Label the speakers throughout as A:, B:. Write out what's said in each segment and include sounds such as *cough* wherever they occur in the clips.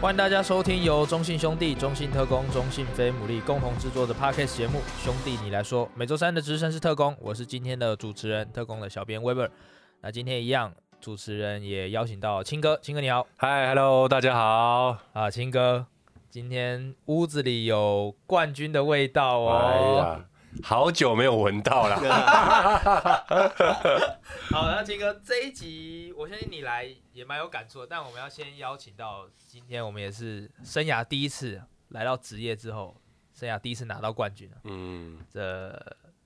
A: 欢迎大家收听由中信兄弟、中信特工、中信飞牡蛎共同制作的 Podcast 节目《兄弟你来说》。每周三的值升是特工，我是今天的主持人特工的小编 Weber。那今天一样，主持人也邀请到青哥，青哥你好
B: 嗨，Hello，大家好。
A: 啊，青哥，今天屋子里有冠军的味道
B: 哎
A: 哦。
B: 呀，好久没有闻到了。
A: 好，那青哥这一集，我相信你来也蛮有感触的，但我们要先邀请到今天我们也是生涯第一次来到职业之后，生涯第一次拿到冠军啊。
B: 嗯，
A: 这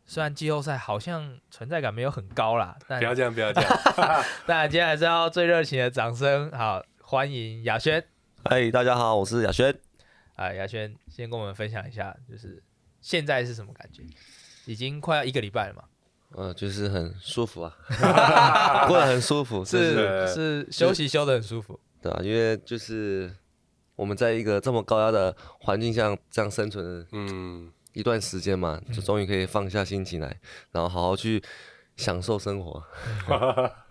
A: 虽然季后赛好像存在感没有很高啦，但
B: 不要这样，不要这样。
A: 但今天还是要最热情的掌声，好欢迎雅轩
C: 嗨，哎大家好，我是亚轩。
A: 啊，雅轩先跟我们分享一下，就是现在是什么感觉？已经快要一个礼拜了嘛，
C: 呃，就是很舒服 *laughs* 啊，过得很舒服，就是
A: 是是休息休得很舒服，
C: 对啊，因为就是我们在一个这么高压的环境下这样生存了
B: 嗯，
C: 一段时间嘛，就终于可以放下心情来，然后好好去享受生活。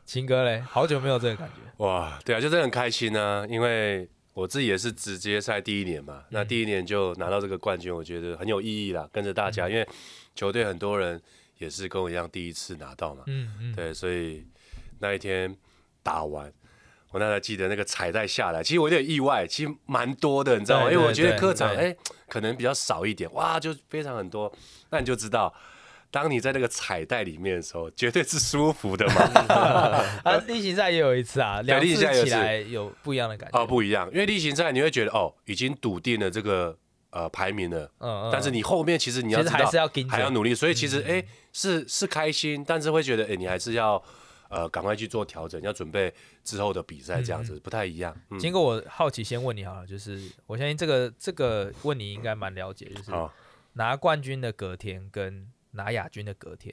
A: 秦哥嘞，好久没有这个感觉，
B: 哇， *laughs* 对啊，就是很开心啊，因为我自己也是直接赛第一年嘛，那第一年就拿到这个冠军，我觉得很有意义啦。跟着大家，因为球队很多人也是跟我一样第一次拿到嘛，
A: 嗯嗯，
B: 对，所以那一天打完。我那才记得那个彩带下来，其实我有点意外，其实蛮多的，你知道吗？
A: 对
B: 因为我觉得
A: 对
B: 客场
A: 对
B: 哎、可能比较少一点，哇，就非常很多。那你就知道，当你在那个彩带里面的时候，绝对是舒服的
A: *laughs*
B: 嘛，
A: 啊，例行赛也有一次啊，两次
B: 例行赛有一
A: 起
B: 次
A: 来有不一样的感觉，
B: 啊，不一样。因为例行赛你会觉得哦，已经笃定了这个呃排名了，
A: 嗯，嗯
B: 但是你后面其实你要
A: 其
B: 知
A: 实
B: 道
A: 还是要跟
B: 还要
A: 着，
B: 努力，所以其实哎、诶是是开心，但是会觉得哎、诶你还是要呃赶快去做调整，要准备之后的比赛，这样子、不太一样。嗯，
A: 经过我好奇，先问你好了，就是我相信这个这个问你应该蛮了解，就是
B: 好，
A: 拿冠军的隔天跟拿亚军的隔天，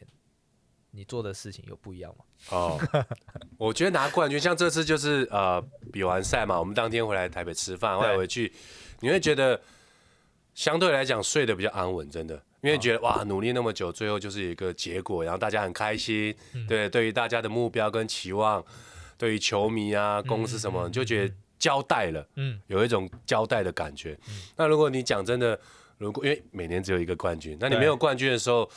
A: 你做的事情有不一样吗？ *laughs*
B: 哦，我觉得拿冠军，像这次就是呃比完赛嘛，我们当天回来台北吃饭，后来
A: 对
B: 回去，你会觉得相对来讲睡得比较安稳，真的，因为觉得、哇努力那么久，最后就是有一个结果，然后大家很开心，
A: 嗯
B: 对，对于大家的目标跟期望，对于球迷啊、公司什么，你就觉得交代了。
A: 嗯，
B: 有一种交代的感觉。那如果你讲真的，如果因为每年只有一个冠军，那你
A: 对
B: 没有冠军的时候，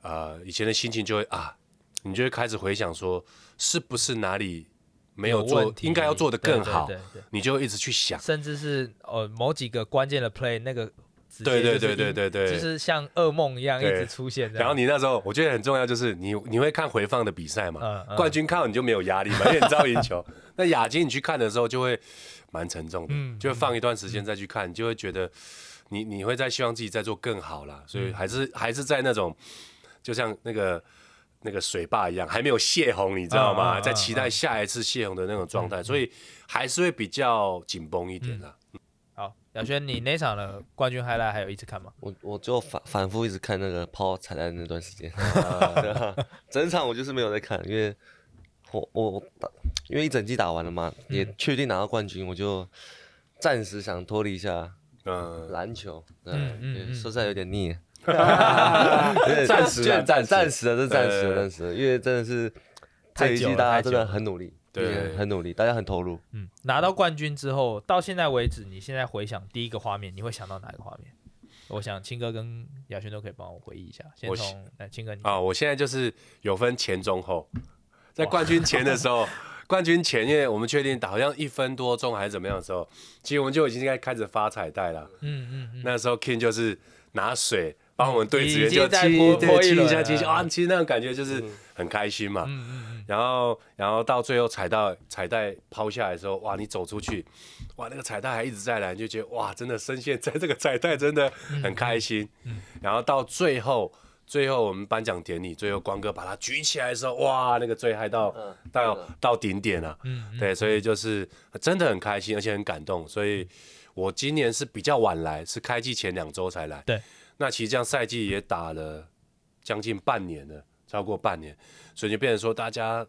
B: 呃，以前的心情就会啊，你就会开始回想说，是不是哪里没有做
A: 问，题
B: 应该要做得更好，
A: 对对对对
B: 你就会一直去想。
A: 甚至是呃某几个关键的 play 那个直接
B: 对对
A: 就是一
B: 对对对对
A: 就是像噩梦一样一
B: 对
A: 直出现这样。
B: 然后你那时候，我觉得很重要，就是你你会看回放的比赛嘛，
A: 嗯嗯
B: 冠军看了你就没有压力嘛，因为你知道赢
A: *laughs*
B: 球。那亚军你去看的时候就会蛮沉重的，
A: 嗯
B: 就会放一段时间再去看，你就会觉得你你会再希望自己再做更好啦，所
A: 嗯
B: 以还是、还是在那种就像那个。那个水坝一样，还没有泄洪，你知道吗？
A: 嗯嗯嗯
B: 在期待下一次泄洪的那种状态，所以还是会比较紧绷一点啦。
A: 好，亚轩，你那场的冠军 highlight 还有一直看吗？
C: 我我就反反复一直看那个抛彩蛋那段时 *laughs* 间，对啊整场我就是没有在看，因为我我我打，因为一整季打完了嘛，也确定拿到冠军，我就暂时想脱离一下
B: 嗯，
C: 篮球，对，
A: 嗯嗯
C: 因为
A: 嗯
C: 说实在有点腻，
B: *laughs* 暂时啊暂
C: 暂暂
B: 时
C: 暂时的，这是暂时
B: 对
C: 的，暂时的，因为真的是
A: 太
C: 这一
A: 久
C: 季
A: 了
C: 大
A: 太
C: 家真
A: 久
C: 的
A: 了
C: 很努力，
B: 对
C: 也很努力，大家很投入。
A: 嗯，拿到冠军之后，到现在为止，你现在回想第一个画面，你会想到哪个画面？我想青哥跟亚轩都可以帮我回忆一下。先
B: 我
A: 从来青哥你
B: 啊，我现在就是有分前中后，在冠军前的时候，冠军前因为我们确定打好像一分多钟还是怎么样的时候，其实我们就已经应该开始发彩带了。
A: 嗯嗯嗯，
B: 那时候 King 就是拿水帮我们队职
A: 已
B: 员
A: 经
B: 就
A: 在
B: 亲
A: 泼
B: 对
A: 泼一
B: 亲一
A: 轮嗯
B: 下
A: 了
B: 亲一下啊，其实那种感觉就是很开心嘛。然后然后到最后彩到彩带抛下来的时候，哇，你走出去，哇，那个彩带还一直在来，你就觉得哇，真的深陷在这个彩带真的很开心。
A: 嗯
B: 然后到最后。最后我们颁奖典礼，最后光哥把它举起来的时候，哇，那个醉嗨到、到到顶点了、啊，
A: 嗯
B: 对，所以就是真的很开心，而且很感动，所以我今年是比较晚来，是开季前两周才来。
A: 对，
B: 那其实这样赛季也打了将近半年了，超过半年，所以就变成说大家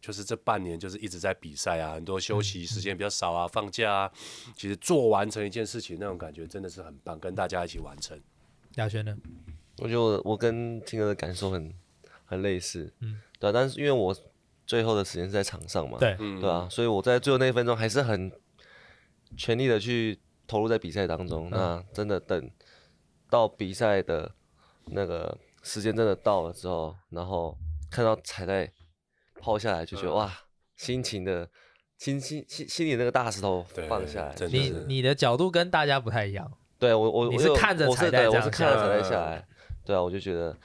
B: 就是这半年就是一直在比赛啊，很多休息时间比较少啊，放假啊，其实做完成一件事情那种感觉真的是很棒，跟大家一起完成。
A: 亚轩呢？
C: 我觉得我我跟听哥的感受很很类似，嗯，对、啊，但是因为我最后的时间是在场上嘛，
A: 对
B: 嗯
C: 对啊，所以我在最后那一分钟还是很全力的去投入在比赛当
B: 嗯
C: 中。那真的等到比赛的那个时间真的到了之后，然后看到彩带抛下来，就觉得、
B: 嗯
C: 哇，心情的心心心心里那个大石头
B: 对
C: 放下来。
B: 真的
A: 你
B: 是
A: 你的角度跟大家不太一样，
C: 对我我
A: 你
C: 我
A: 是
C: 有
A: 看着
C: 我
A: 彩
C: 是
A: 带
C: 对
A: 这
C: 我
A: 样
C: 是看着
B: 下
C: 彩
B: 来
C: 带下来，对啊，我就觉得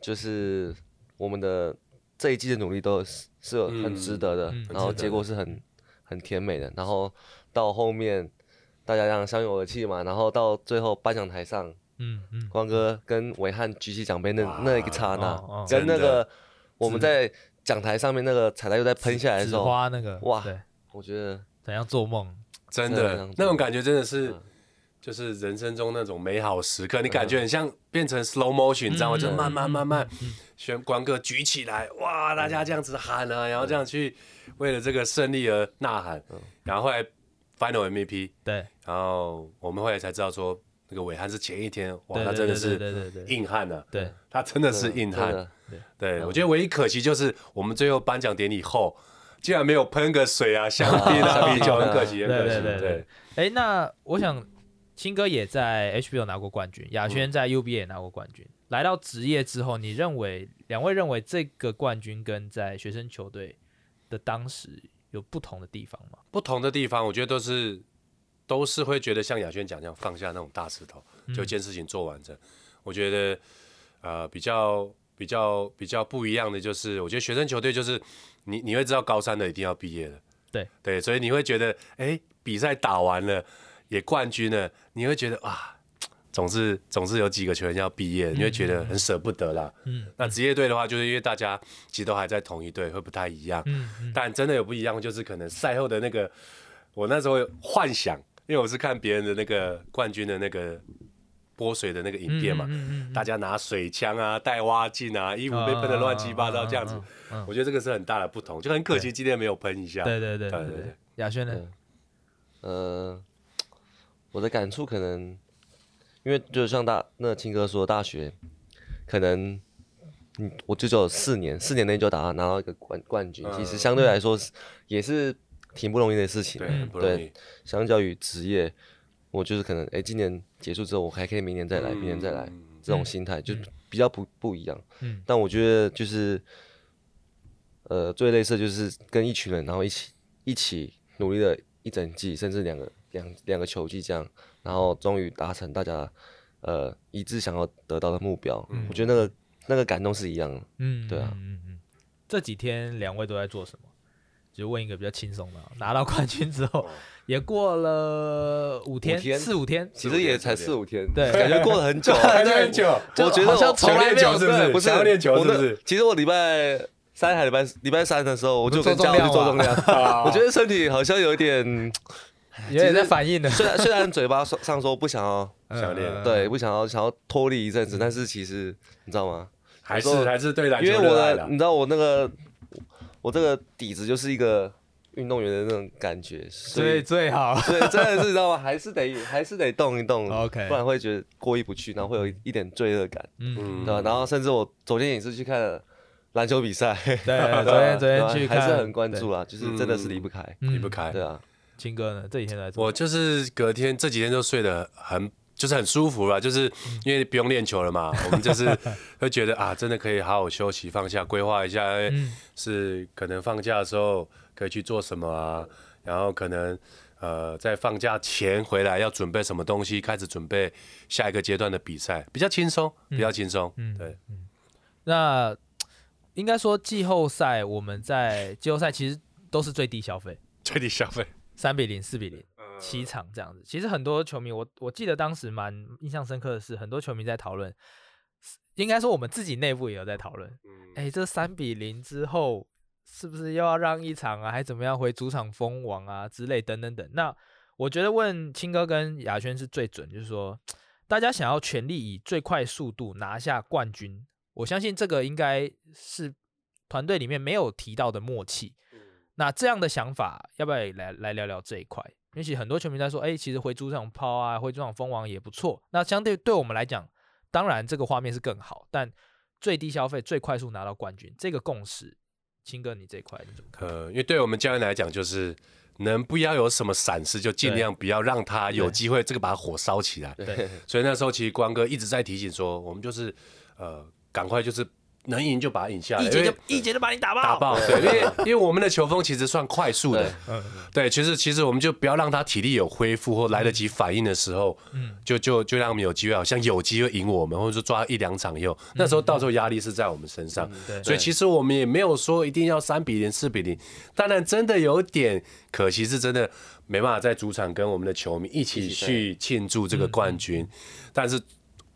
C: 就是我们的这一季的努力都是是有很值得的，
A: 嗯嗯
C: 然后
B: 很值得
C: 结果是很很甜美的，然后到后面大家这样相拥而泣嘛，然后到最后颁奖台上，
A: 嗯嗯，
C: 光哥跟伟汉举起奖杯那
B: 哇
C: 那一个刹那，
A: 哦哦
C: 跟那
B: 真的
C: 个我们在讲台上面那个彩带又在喷下来的时
A: 纸
C: 候，
A: 花那个
C: 哇
A: 对，
C: 我觉得
A: 怎样做梦？
B: 真
C: 真的这
B: 的
C: 样子
B: 那种感觉真的是，
A: 嗯
B: 就是人生中那种美好时刻，你感觉很像变成 slow motion，你知道吗？
A: 嗯
B: 就慢慢
A: 嗯
B: 慢慢，宣光哥举起来，哇，大家这样子喊啊，然后这样去为了这个胜利而呐喊，
A: 嗯
B: 然后后来 final MVP，
A: 对，
B: 然后我们后来才知道说，那个伟汉是前一天，哇，
A: 对
B: 他
A: 对
B: 真的
A: 对
B: 是
A: 对对对对
B: 硬汉呐，
A: 对，
B: 他真的是硬汉
C: 真，的
A: 嗯
B: 对，我觉得唯一可惜就是我们最后颁奖典礼后，竟然没有喷个水啊、香槟啊、
C: 啊
A: *laughs*
B: 啤酒，很可惜，
A: 对
B: 很可
A: 对
B: 惜。
A: 对对。哎，那我想，新哥也在 HBO 拿过冠军，亚
B: 嗯
A: 轩在 UB 也拿过冠军。来到职业之后，你认为两位认为这个冠军跟在学生球队的当时有不同的地方吗？
B: 不同的地方，我觉得都是都是会觉得像雅轩讲这样放下那种大石头，就一件事情做完整。我觉得呃比较比较比较不一样的就是，我觉得学生球队就是你你会知道高三的一定要毕业了，
A: 对
B: 对，所以你会觉得哎、比赛打完了也冠军了，你会觉得哇。总是总是有几个球员要毕业，你会觉得很舍不得啦。
A: 嗯
B: 嗯，那职业队的话，就是因为大家其实都还在同一队，会不太一样。
A: 嗯嗯
B: 但真的有不一样，就是可能赛后的那个，我那时候有幻想，因为我是看别人的那个冠军的那个泼水的那个影片嘛，
A: 嗯嗯
B: 大家拿水枪啊、带蛙镜啊，衣服被喷的乱七八糟这样子，
A: 嗯嗯嗯
B: 我觉得这个是很大的不同，就很可惜今天没有喷一下。
A: 对对对
B: 对
A: 对
B: 对
A: 对
B: 对。
A: 亚轩
C: 对
A: 呢？
C: 呃，我的感触可能，因为就像大那青哥说，大学可能，嗯，我就只有四年，四年内就打拿到一个冠冠军，
B: 嗯
C: 其实相对来说是也是挺不容易的事情
B: 对，。很不容易。
C: 相较于职业，我就是可能，哎，今年结束之后，我还可以明年再来，明年再来，
B: 嗯。
C: 这种心态就比较不不一样。
A: 嗯
C: 但我觉得就是，呃，最类似就是跟一群人，然后一起一起努力了一整季，甚至两个两两个球季这样，然后终于达成大家呃一致想要得到的目标。我觉得那个那个感动是一样的。
A: 嗯，
C: 对啊
A: 嗯嗯嗯。这几天两位都在做什么？就问一个比较轻松的啊，拿到冠军之后，也过了五天
C: 哦五天
A: 四五天，
C: 其实也才四五天，
A: 对
C: 感觉过了 *laughs* 很久
A: *laughs*
C: 啊
B: 还是很久，
A: 就
C: 我觉
A: 好
C: 得
A: 像
C: 我
A: 从来没有
B: 想练球是不是
C: 对不
B: 想要练球
C: 我那
B: 是不是
C: 其实我礼拜三还礼拜礼拜三的时候，我就
A: 做
C: 跟教练去做
A: 重
C: 重
A: 量啊 *laughs*
C: 量，
B: 哦
C: 我觉得身体好像有一点，。
A: 有点在反应的嗯
C: 虽然虽然嘴巴上上说不想要
B: 想练
C: 对，不想要想要脱离一阵子，但是其实你知道吗？
B: 还
C: 我
B: 是
C: 说
B: 还是对篮
C: 因
B: 球
C: 为我
B: 热爱
C: 的嗯
B: 了
C: 你。知道我那个我这个底子就是一个运动员的那种感觉，所
A: 最
C: 以
A: 最好。
C: 所以真的是你知道吗？还是得还是得动一动
A: 哦 OK
C: 不然会觉得过意不去，然后会有一一点罪恶感，
A: 嗯，
B: 嗯
C: 对啊吧？然后甚至我昨天也是去看了篮球比赛， *laughs*
A: 对，昨天昨
C: 对
A: 天
C: 吧
A: 去看，
C: 还是很关注啦，就是真的是离不开，
A: 对，
B: 离
A: 嗯
B: 不。开。
C: 对啊，
A: 青哥呢，这几天都在做，
B: 我就是隔天这几天就睡得很，就是很舒服了，就是因为不用练球了嘛，我们就是
A: *laughs*
B: 会觉得啊，真的可以好好休息，放下，规划一下，哎
A: 嗯
B: 是可能放假的时候可以去做什么啊，然后可能呃在放假前回来要准备什么东西，开始准备下一个阶段的比赛，比较轻松，比较轻松，
A: 嗯
B: 对，
A: 那应该说季后赛，我们在季后赛其实都是最低消费，
B: 最低消费，
A: 三比零、四比零，
C: 嗯
A: 七场这样子。其实很多球迷，我我记得当时蛮印象深刻的是，很多球迷在讨论，应该说我们自己内部也有在讨论，
B: 嗯
A: 哎、这三比零之后是不是又要让一场啊，还怎么样回主场封王啊之类等等等。那我觉得问青哥跟亚轩是最准，就是说大家想要全力以最快速度拿下冠军，我相信这个应该是团队里面没有提到的默契。那这样的想法，要不要也来来聊聊这一块？因为其实很多球迷在说，哎、其实回主场抛啊，回主场封王也不错。那相对对我们来讲，当然这个画面是更好，但最低消费、最快速拿到冠军这个共识，青哥你这一块你怎么看？
B: 呃，因为对我们教练来讲，就是能不要有什么闪失，就尽量不要让他有机会这个把火烧起来。
A: 对，
B: 所以那时候其实光哥一直在提醒说，我们就是呃，赶快就是能赢就把它赢下来，
A: 一
B: 因
A: 节
B: 为
A: 就一节就把你打爆，
B: 哎打爆。对，因为因为我们的球风其实算快速的
C: 对，
B: 对，其实其实我们就不要让他体力有恢复或来得及反应的时候，就就就让他们有机会，好像有机会赢我们，或者说抓一两场以后，那时候到时候压力是在我们身上，
A: 对
B: 所以其实我们也没有说一定要三比零、四比零，当然真的有点可惜，是真的没办法在主场跟我们的球迷一起去庆祝这个冠军，但是。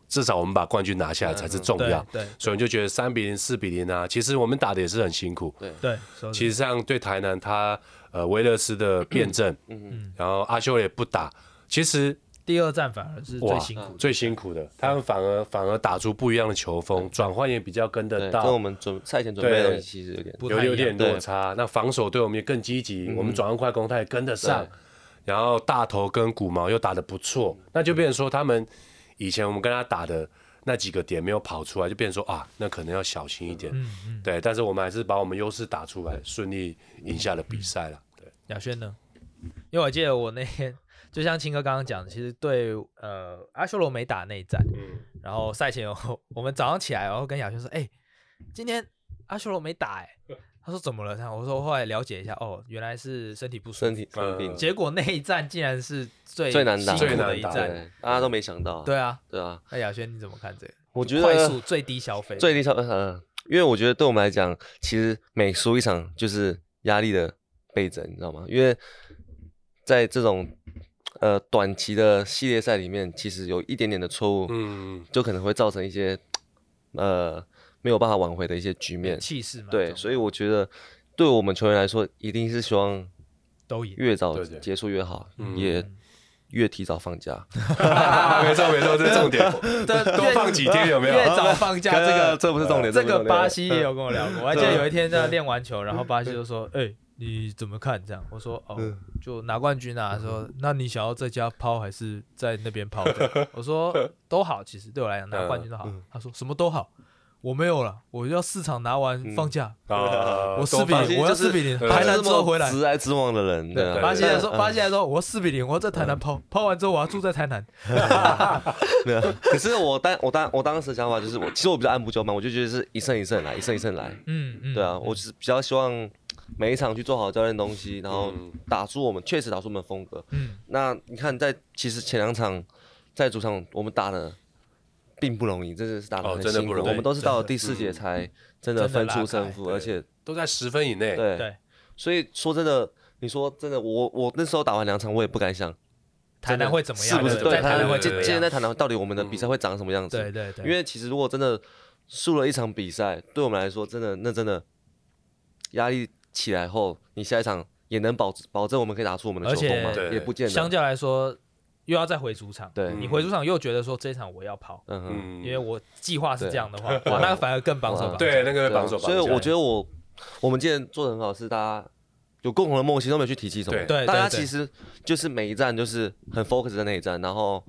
B: 至少我们把冠军拿下来才是重要，
A: 对对
B: 所以我们就觉得三比零、四比零啊，其实我们打的也是很辛苦，
A: 对，说得
B: 其实上对台南他呃维勒斯的辩证，
A: 嗯
B: 然后阿修也不打，其实
A: 第二站反而是最
B: 哇
A: 辛苦的，
B: 最辛苦的，他们反而反而打出不一样的球风，转换也比较跟得
C: 对，跟我
B: 到。
C: 们准赛前准备的
B: 对
C: 东西其实有点
A: 不
B: 有
A: 太一
B: 有
A: 样
B: 点落差，那防守对我嗯们也更积极，我们转换快攻他也跟得上
C: 对，
B: 然后大头跟骨毛又打得不错，那就变成说他们以前我们跟他打的那几个点没有跑出来，就变成说啊，那可能要小心一点，
A: 嗯
B: 对，但是我们还是把我们优势打出来，顺利赢下了比赛了，对。
A: 雅轩呢？因为我记得我那天，就像青哥刚刚讲的，其实对呃阿修罗没打那一战，然后赛前有我们早上起来，然后跟雅轩说，哎、今天阿修罗没打、 *laughs* 欸，哎，他说怎么了？他我说后来了解一下，哦，原来是身体不舒服。
C: 身体生病
B: 呃，
A: 结果那一战竟然是最
C: 最难打
A: 辛苦的
B: 最
A: 一
B: 难打
A: 战。
C: 对，大家都没想到。
A: 对啊，
C: 对啊，
A: 那雅轩你怎么看这个？
C: 我觉得
A: 快速最低消费，
C: 最低消呃，因为我觉得对我们来讲，其实每输一场就是压力的倍增，你知道吗？因为在这种呃短期的系列赛里面，其实有一点点的错误，
B: 嗯，
C: 就可能会造成一些呃没有办法挽回的一些局面。
A: 气势嘛，
C: 对，所以我觉得对我们球员来说，一定是希望
A: 都赢。
C: 越早
B: 对对
C: 结束越好，
A: 嗯
C: 也越提早放假。
B: *laughs* 没错没错，这是重点。
A: 对，
C: *laughs*
B: 多放几天有没有
A: 越早放假这个呃
C: 这不是重点，
A: 这
C: 不是
A: 个
C: 重点
A: 巴西也有跟我聊过，我还记
C: 嗯
A: 得有一天在练完球，然后巴西就说：“哎、你怎么看？”这样我说：“哦，
C: 嗯
A: 就拿冠军啊。”说：“那你想要在家抛还是在那边抛的？”我
C: *laughs*
A: 说：“都好，其实对我来讲拿冠军都
C: 嗯
A: 好。”他说：“什么都好。”我没有了，我要四场拿完
C: 嗯
A: 放假，
B: 啊
A: 我四比
B: 多放
A: 零，我要四比零，
B: 对
A: 台南之后回来
C: 直。来直往的人，对啊
A: 巴西人说，
C: 嗯
A: 巴西人说，我要四比零，我要在台南抛，抛完之后我要住在台南。
C: 没有， *laughs* 可是我当我当我当时的想法就是我，其实我比较按部就班，我就觉得是一胜一胜来，一胜一胜来。
A: 嗯嗯，
C: 对啊，我只是比较希望每一场去做好教练的东西，然后打出我们确实打出我们的风格。
A: 嗯，
C: 那你看在，其实前两场在主场我们打的并不容易，真的是打的
B: 哦
C: 很
B: 真的
C: 辛
B: 不
C: 苦。
B: 容易
C: 我们都是到了
A: 真的
C: 第四节才
A: 真
C: 真的
A: 的
C: 分
A: 拉
C: 出
A: 开
C: 胜负，而且
B: 都在十分以内。
C: 对
A: 对，
C: 所以说真的，你说真的，我我那时候打完两场，我也不敢想
A: 台南会怎么样？
B: 是不是
A: 对
C: 对
A: 在台南
B: 南
A: 会
B: 会
A: 怎
C: 今
A: 么
B: 对
C: 今
A: 样嗯
C: 天？在谈谈到底我们的比赛会长什么样子？
A: 对对对，
C: 因为其实如果真的输了一场比赛，对我们来说真的那真的压力起来后，你下一场也能保保证我们可以打出我们的球风吗
A: 而
B: 且？
C: 也不见
A: 相
C: 得。
A: 较来说，又要再回主场，
C: 对，
A: 你回主场又觉得说这一场我要跑，
C: 嗯哼，
B: 嗯
A: 因为我计划是这样的话，
C: 对
A: 哇，那反而更绑手吧。
B: 对那个
C: 对啊
B: 榜首，
C: 所以我觉
B: 得
C: 得我我们今天做的很好，是大家有共同的默契，都没有去提起什么。
B: 对
A: 对对
C: 大家
A: 对
C: 其实就是每一站就是很 focus 在那一站，然后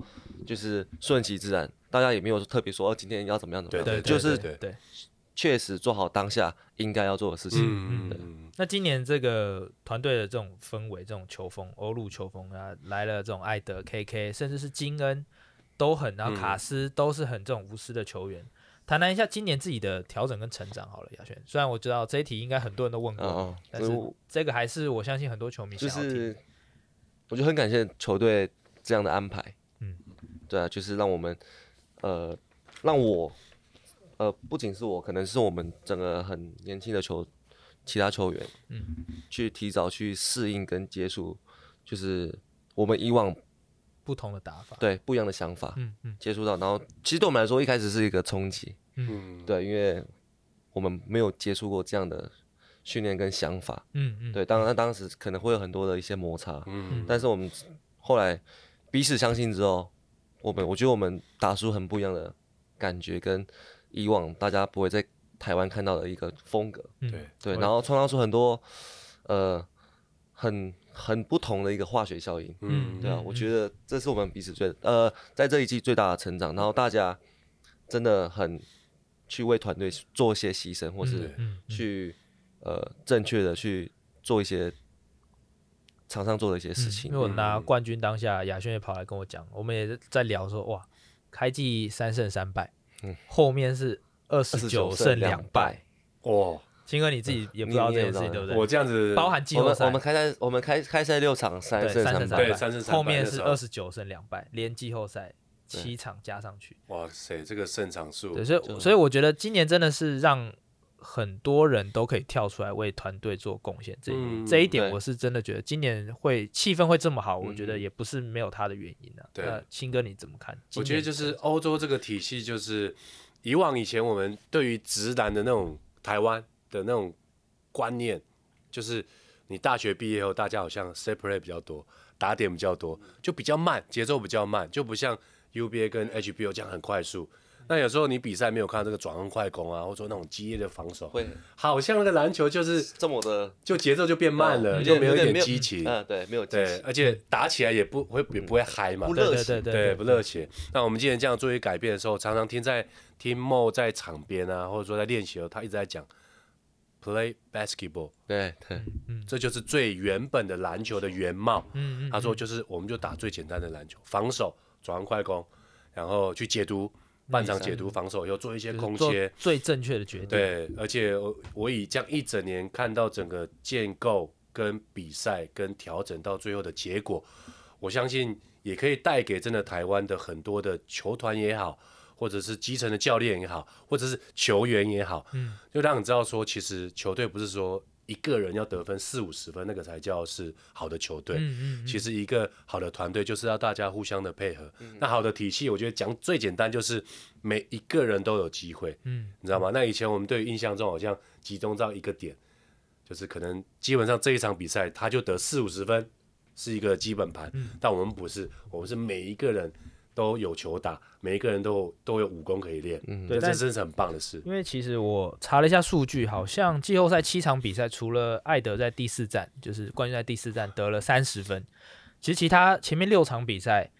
C: 就是顺其自然，大家也没有特别说哦今天要怎么样怎么
B: 对
C: 样，
A: 对，对
C: 就是
A: 对对。
C: 确实做好当下应该要做的事情。
B: 嗯
C: 对
B: 嗯
A: 那今年这个团队的这种氛围，这种球风，欧陆球风啊，来了这种艾德、KK，甚至是金恩都很，然后
C: 嗯
A: 卡斯都是很这种无私的球员。谈谈一下今年自己的调整跟成长好了，亚轩。虽然我知道这一题应该很多人都问过，
C: 嗯嗯
A: 但是这个还是我相信很多球迷
C: 就
A: 想要听。
C: 是我就很感谢球队这样的安排，
A: 嗯
C: 嗯，对啊，就是让我们呃，让我呃，不仅是我，可能是我们整个很年轻的球其他球员，
A: 嗯
C: 嗯，去提早去适应跟接触，就是我们以往
A: 不同的打法。
C: 对啊不一样的想法、
A: 嗯嗯
C: 接触到，然后其实对我们来说一开始是一个冲击，
B: 嗯，
C: 对，因为我们没有接触过这样的训练跟想法，
A: 嗯嗯，
C: 对，当然当时可能会有很多的一些摩擦，
B: 嗯
C: 但是我们后来彼此相信之后，我们我觉得我们打出很不一样的感觉，跟以往大家不会在台湾看到的一个风格，
A: 嗯
B: 对
C: 对，然后创造出很多呃很很不同的一个化学效应，
A: 嗯
C: 对啊，我觉得这是我们彼此最呃在这一季最大的成长，然后大家真的很去为团队做一些牺牲，或是
A: 嗯嗯
C: 去呃正确的去做一些场上做的一些事
A: 嗯
C: 情嗯
A: 因为。我拿冠军当下，亚轩也跑来跟我讲，我们也在聊说，哇，开季三胜三败，
C: 嗯
A: 后面是二十九胜两败。
B: 哇，
A: 青哥你自己也不知道这件事情，
C: 嗯你
A: 对不对？
B: 我这样子
A: 包含季
C: 我
A: 后
C: 们
A: 赛，
C: 我们开赛我们开开赛六场三
A: 对
C: 胜
A: 三胜
C: 三
A: 三
C: 败
B: 对
A: 败，，
B: 三胜三败
A: 后面
B: 那
A: 是
B: 时候
A: 二十九胜两败，连季后赛七场加上去。
B: 哇塞，这个胜场数
A: 对，所以所以我觉得今年真的是让很多人都可以跳出来为团队做贡献，这一、
B: 嗯
A: 这一点
C: 对
A: 我是真的觉得今年会气氛会这么好，我觉得也不是没有他的原因啊。
B: 嗯对
A: 那青哥你怎么看？
B: 我觉得就是欧洲这个体系，就是以往以前我们对于直男的那种台湾的那种观念，就是你大学毕业后，大家好像 set play 比较多，打点比较多，就比较慢，节奏比较慢，就不像 UBA 跟 HBO 这样很快速。那有时候你比赛没有看到这个转换快攻啊，或者说那种激烈的防守，
C: 会
B: 好像那个篮球就是
C: 这么的，
B: 就节奏就变慢了，
C: 有
B: 就
C: 点
B: 没有一
C: 有
B: 点
C: 点没有
B: 激情。
C: 嗯，对，没有激
B: 对，
C: 情，
B: 而且打起来也不会也不会嗨嘛，
C: 不
A: 对
C: 热
A: 对
C: 情
A: 对
B: 对，
A: 嗯对
B: 不热血。那我们今天这样做一些改变的时候，常常听在听莫在场边啊，或者说在练习的时候，他一直在讲 play basketball，
C: 对对，
B: 这就是最原本的篮球的原貌。
A: 嗯嗯嗯
B: 他说就是我们就打最简单的篮球，防守、转换快攻，然后去解读半场解读防守，又做一些
A: 就是
B: 空
A: 做
B: 切。
A: 最正确的决定。
B: 对，而且我我以这样一整年看到整个建构跟比赛跟调整到最后的结果，我相信也可以带给真的台湾的很多的球团也好，或者是基层的教练也好，或者是球员也好，嗯，就让你知道说，其实球队不是说一个人要得分四五十分那个才叫是好的球队，
A: 嗯嗯嗯
B: 其实一个好的团队就是要大家互相的配合。那好的体系，我觉得讲最简单就是每一个人都有机会，
A: 嗯，
B: 你知道吗？那以前我们对于印象中好像集中到一个点，就是可能基本上这一场比赛他就得四五十分是一个基本盘，
A: 嗯
B: 但我们不是，我们是每一个人都有球打，每一个人都有都有武功可以练，嗯，
A: 对
B: 这
A: 但嗯
B: 真是很棒的事。
A: 因为其实我查了一下数据，好像季后赛七场比赛，除了艾德在第四站，就是冠军在第四站得了三十分，其实其他前面六场比赛，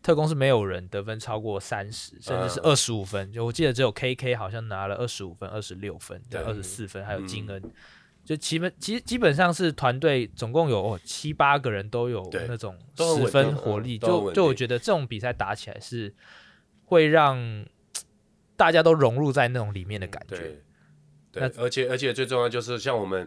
A: 特工是没有人得分超过三十，甚至是
B: 嗯
A: 二十五分。就我记得只有 KK 好像拿了二十五分、二十六分、
B: 对嗯
A: 二十四分，还有金恩。就基本基基本上是团队总共有哦七八个人都有
B: 对
A: 那种
B: 都很
A: 十
B: 稳
A: 分
B: 定嗯
A: 火力，
B: 都很
A: 就
B: 稳
A: 就我
B: 定
A: 觉得这种比赛打起来是会让大家都融入在那种里面的感觉。
B: 对，对，而且而且最重要就是像我们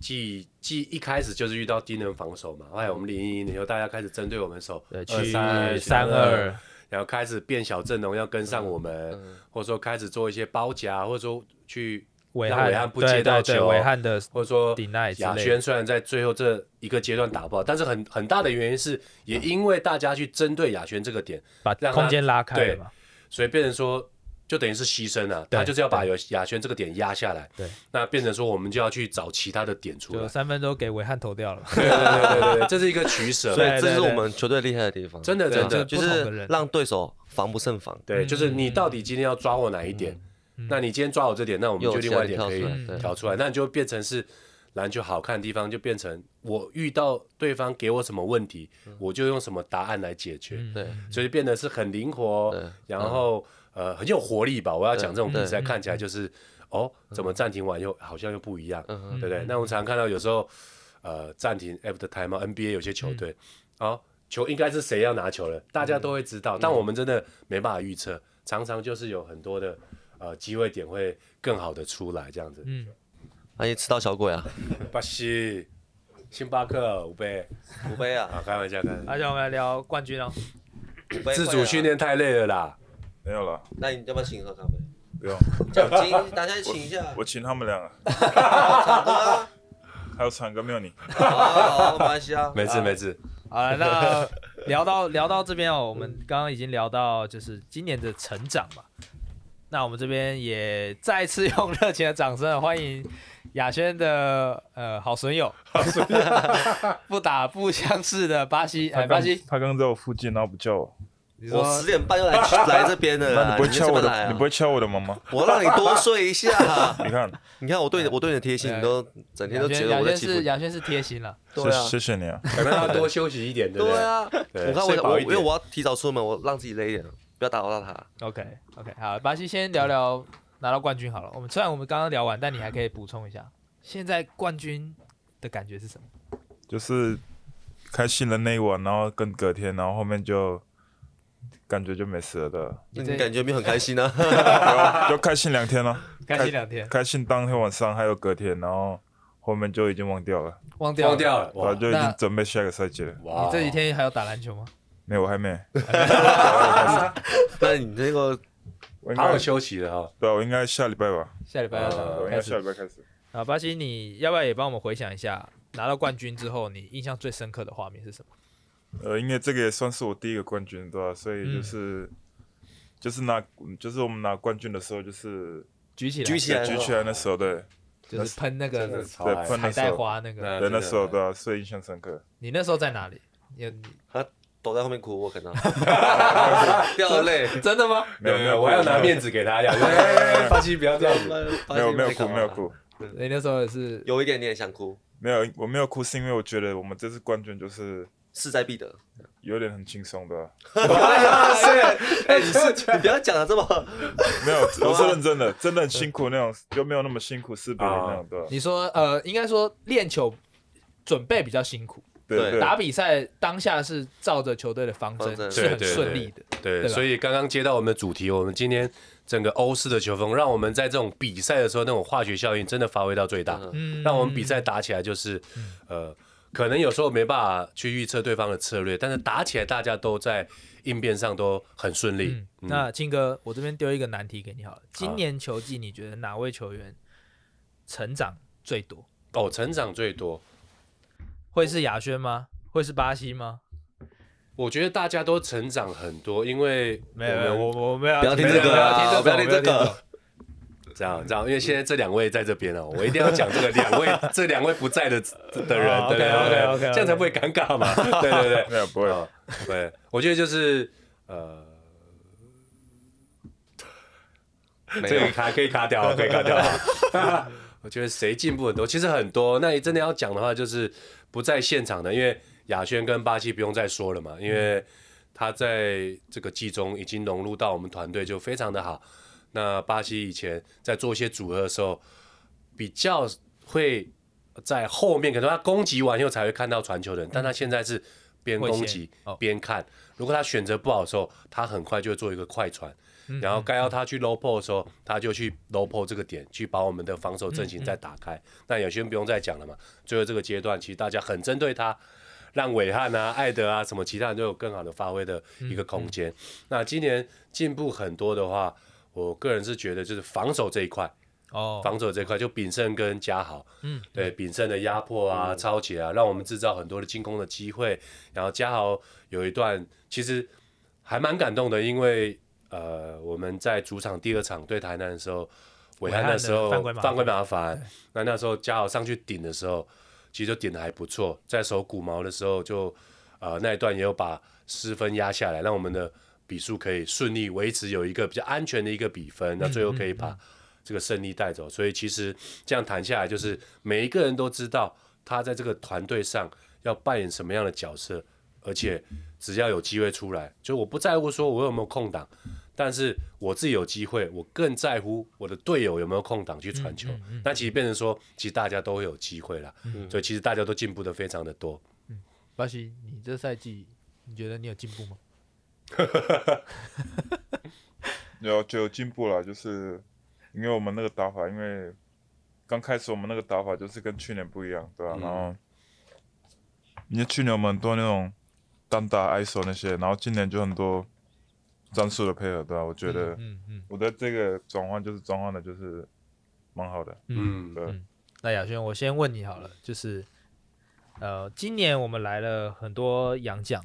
B: 既既一开始就是遇到低能防守嘛，后来我们零一年以后大家开始针对我们守
A: 对，
B: 二
A: 去
B: 三
A: 三二，
B: 然后开始变小阵容要跟
A: 嗯
B: 上我们，或者说开始做一些包夹，或者说去
A: 伟
B: 让
A: 汉
B: 伟汉不
A: 对
B: 接
A: 对
B: 到
A: 对
B: 球
A: 伟汉的
B: 或者说
A: 顶耐之
B: 亚
A: 类
B: 轩虽然在最后这一个阶段打爆，但是很很大的原因是也
A: 嗯
B: 因为大家去针对亚轩这个点，
A: 把
B: 让他
A: 空间拉开了
B: 对
A: 嘛。
B: 所以变成说，就等于是牺牲了，
A: 对
B: 他就是要把有亚轩这个点压下来。
A: 对，
B: 那变成说我们就要去找其他的点出
A: 就
B: 来。
A: 三分都给伟汉投掉了嘛。
B: *laughs* 对对对对对，这是一个
A: *laughs*
B: 取舍。
C: 所以
A: 对
C: 这是
A: 对
C: 我们球队厉害的地方，
B: 真的
C: 对啊
B: 真的
C: 就
A: 不同的
C: 是
A: 人
C: 让对手防不胜防，
B: 对，就是你到
C: 嗯
B: 底今天要抓我哪一点？那你今天抓我这点，那我们
C: 又
B: 就
C: 嗯有其
B: 另
C: 他
B: 外一点
C: 人跳
B: 可以
C: 出来，对，
B: 调出来，那你就变成是篮球好看的地方，就变成我遇到对方给我什么问题，
C: 嗯
B: 我就用什么答案来解决。
A: 嗯
C: 对，
A: *laughs*
B: 所以变得是很灵活哦
C: 对，嗯
B: 然后、呃很有活力吧。我要讲这种比赛看起来就是哦，怎么暂停完又好像又不一样，
C: 嗯
B: 对不对？那我们常常看到有时候呃暂停 after time out NBA 有些
C: 嗯
B: 球队啊、哦球应该是谁要拿球了，大家都会知
C: 嗯
B: 道，但我们真的没办法预测，常常就是有很多的呃机会点会更好的出来这样子。
A: 嗯，
C: 万一吃到小鬼啊，
B: 巴西、星巴克五杯
C: 五杯啊，
B: 啊，开玩笑，开玩笑，
A: 而且我们来聊冠军哦。
B: 自主训，练太累了啦。
D: 没有了，
C: 啊那你要不要请喝 *laughs* 咖啡？
D: 不用，
C: 奖金大家请一下，
D: 我请他们两个，
C: 好啊，
D: 还有唱歌没有你，
C: 好啊，好马来西亚，
B: 没事没事，
A: 好了，那聊到聊到这边哦，我们刚刚已经聊到就是今年的成长嘛。那我们这边也再次用热情的掌声欢迎亚轩的呃好损友， *laughs* 不打不相识的巴西，哎，
D: 他
A: 巴
D: 刚
A: 西，
D: 他刚在我附近，然后不叫我，
A: 你
C: 我
A: 说
C: 十点半就来 *laughs* 来这边了
D: 那
C: 啦，
D: 你不会
C: 你
D: 敲
C: 怎么
D: 我
C: 来
D: 的，
C: 啊
D: 你不？会敲我的妈妈？
C: 我让你多睡一
A: *laughs*
C: 下。
D: 你看，
C: 你看我对你我对你的贴心，
A: 对
C: 你都整天
A: 亚
C: 都觉
A: 轩
C: 得
A: 亚
C: 我在
A: 轩
C: 欺
A: 是
C: 负你。
A: 亚轩是贴心了，
C: 对啊，
D: 谢谢谢你啊，
B: 可能要多休息一点，对不对？
C: 对啊，
B: 对
C: 我看
B: 睡饱
C: 我我
B: 一
C: 因
B: 点
C: 为我要提早出门，我让自己累一点，不要打扰到他。
A: OK OK，好，巴西先聊聊拿到冠军好了。我们虽然我们刚刚聊完，但你还可以补充一下，现在冠军的感觉是什么？
D: 就是开心的那一晚，然后跟隔天，然后后面就感觉就没事了的，
C: *laughs* 那
A: 这
C: 你感觉没有很开心啊？
D: 就开心两天了、
A: 开心两天，
D: 开心当天晚上还有隔天，然后后面就已经忘掉了，
A: 忘掉
B: 忘掉了，
D: 然后
B: 哇
D: 啊就已
A: 那
D: 经准备下个赛季了。
B: 哇
A: 你这几天还有打篮球吗？
D: 没有，我还没，
C: 那你这个
D: 我应
B: 好
D: 该
B: 好休息了哈。
D: 对啊，我应该下礼拜吧，
A: 下礼拜要打
D: 对，我应
A: 开
D: 该下
A: 始
D: 礼拜开始。
A: 啊。巴西，你要不要也帮我们回想一下拿到冠军之后，你印象最深刻的画面是什么？
D: 呃，因为这个也算是我第一个冠军，对吧、所以就是、就是拿就是我们拿冠军的时候，就是
A: 举起来，
C: 举起来
D: 举起来那时候，对
A: 就是喷那
B: 真
A: 个
B: 的超
D: 对
B: 爱
D: 喷
A: 彩
D: 的时
A: 带
D: 候
A: 花那个。
B: 那
D: 对
B: 真的
D: 那时候对啊，所以印象深刻。
A: 你那时候在哪里？有你
C: 他躲在后面哭，我看到掉泪。
A: 真的吗？
D: 没有没有，
B: 我要拿面
D: 子，
B: 子给
D: *laughs*
B: 大家。哎，发西不要这样子。
D: 没有没有哭没有，哭，
A: 你那时候也
C: *laughs*
A: 是
C: 有一点点想哭，
D: 没有我没有哭是因为我觉得我们这次冠军就是
C: 势在必得。
D: 有点很轻松的、啊，
C: 哇塞！哎，你是你不要讲的这么
D: 没有我是认真的，真的很辛苦那种，就没有那么辛苦四比零那种，对吧、
A: 你说呃，应该说练球准备比较辛苦，
D: 对
C: 对
A: 打比赛当下是照着球队的方针
C: 方针
A: 是很
B: 对对
A: 顺利的。
B: 对，
A: 对吧
B: 所以刚刚接到我们的主题，我们今天整个欧式的球风，让我们在这种比赛的时候，那种化学效应真的发挥到最大，
A: 嗯
B: 让我们比赛打起来就是，呃，可能有时候没办法去预测对方的策略，但是打起来大家都在应变上都很顺利。
A: 嗯，那青哥，我这边丢一个难题给你好了。今年球季，你觉得哪位球员成长最多？
B: 哦，成长最多，
A: 会是亚轩吗？会是巴西吗？
B: 我觉得大家都成长很多，因为
A: 没有，没有，
B: 我们
A: 我我没有
C: 不要听这个啊
A: 不要听
C: 不要听这个
A: 我种
B: 这样这样，因为现在这两位在这边哦，我一定要讲这个两位这两位不在的的人，
A: 哦
B: 对对对
A: OK，OK，OK，OK
B: 这样才不会尴尬嘛，对对对。
D: 没有不会，
B: 啊，对，我觉得就是呃，
C: 没
B: 这
C: 有
B: 个卡可以卡掉，可以卡掉。 *laughs* 我觉得谁进步很多，其实很多。那你真的要讲的话，就是不在现场的，因为亚轩跟巴西不用再说了嘛，因为他在这个季中已经融入到我们团队，就非常的好。那巴西以前在做一些组合的时候，比较会在后面，可能他攻击完以后才会看到传球的人，但他现在是边
A: 嗯会
B: 攻
A: 先
B: 击
A: 哦
B: 边看。如果他选择不好的时候，他很快就会做一个快传，
A: 嗯
B: 然后该要他去 low p o 的时候，他就去 low p o 这个点，去把我们的防守阵
A: 嗯
B: 型再打开。那有些人不用再讲了嘛，最后这个阶段，其实大家很针对他。让伟汉啊、艾德啊什么其他人都有更好的发挥的一个空间。那今年进步很多的话，我个人是觉得就是防守这一块，
A: 哦，
B: 防守这一块，就炳胜跟嘉豪，
A: 嗯
B: 嗯，对，炳胜的压迫啊、超节啊，让我们制造很多的进攻的机会。然后嘉豪有一段其实还蛮感动的，因为呃我们在主场第二场对台南的时候，
A: 伟
B: 伟
A: 汉
B: 汉
A: 的
B: 那时候
A: 犯规麻烦
B: 犯规麻烦，那那时候嘉豪上去顶的时候，其实就顶的还不错，在守骨毛的时候就呃那一段也有把失分压下来，让我们的比数可以顺利维持有一个比较安全的一个比分，
A: 嗯
B: 那最后可以把这个胜利带走。所以其实这样谈下来，就是每一个人都知道他在这个团队上要扮演什么样的角色，而且只要有机会出来，就我不在乎说我有没有空档，但是我自己有机会，我更在乎我的队友有没有空档去传球。
A: 嗯
B: 那其实变成说，其实大家都会有机会啦，所以其实大家都进步的非常的多。
A: 巴西，你这赛季你觉得你有进步吗？
D: 然后就有进步了，就是因为我们那个打法，因为刚开始我们那个打法就是跟去年不一样，对吧、然后因为去年我们很多那种单打、ISO 那些，然后今年就很多战术的配合，对吧、我觉得
A: 嗯嗯
D: 我的这个转换就是转换的，就是蛮好的，
A: 嗯。
B: 嗯，
D: 对。
A: 那亚轩，我先问你好了，就是呃，今年我们来了很多洋将，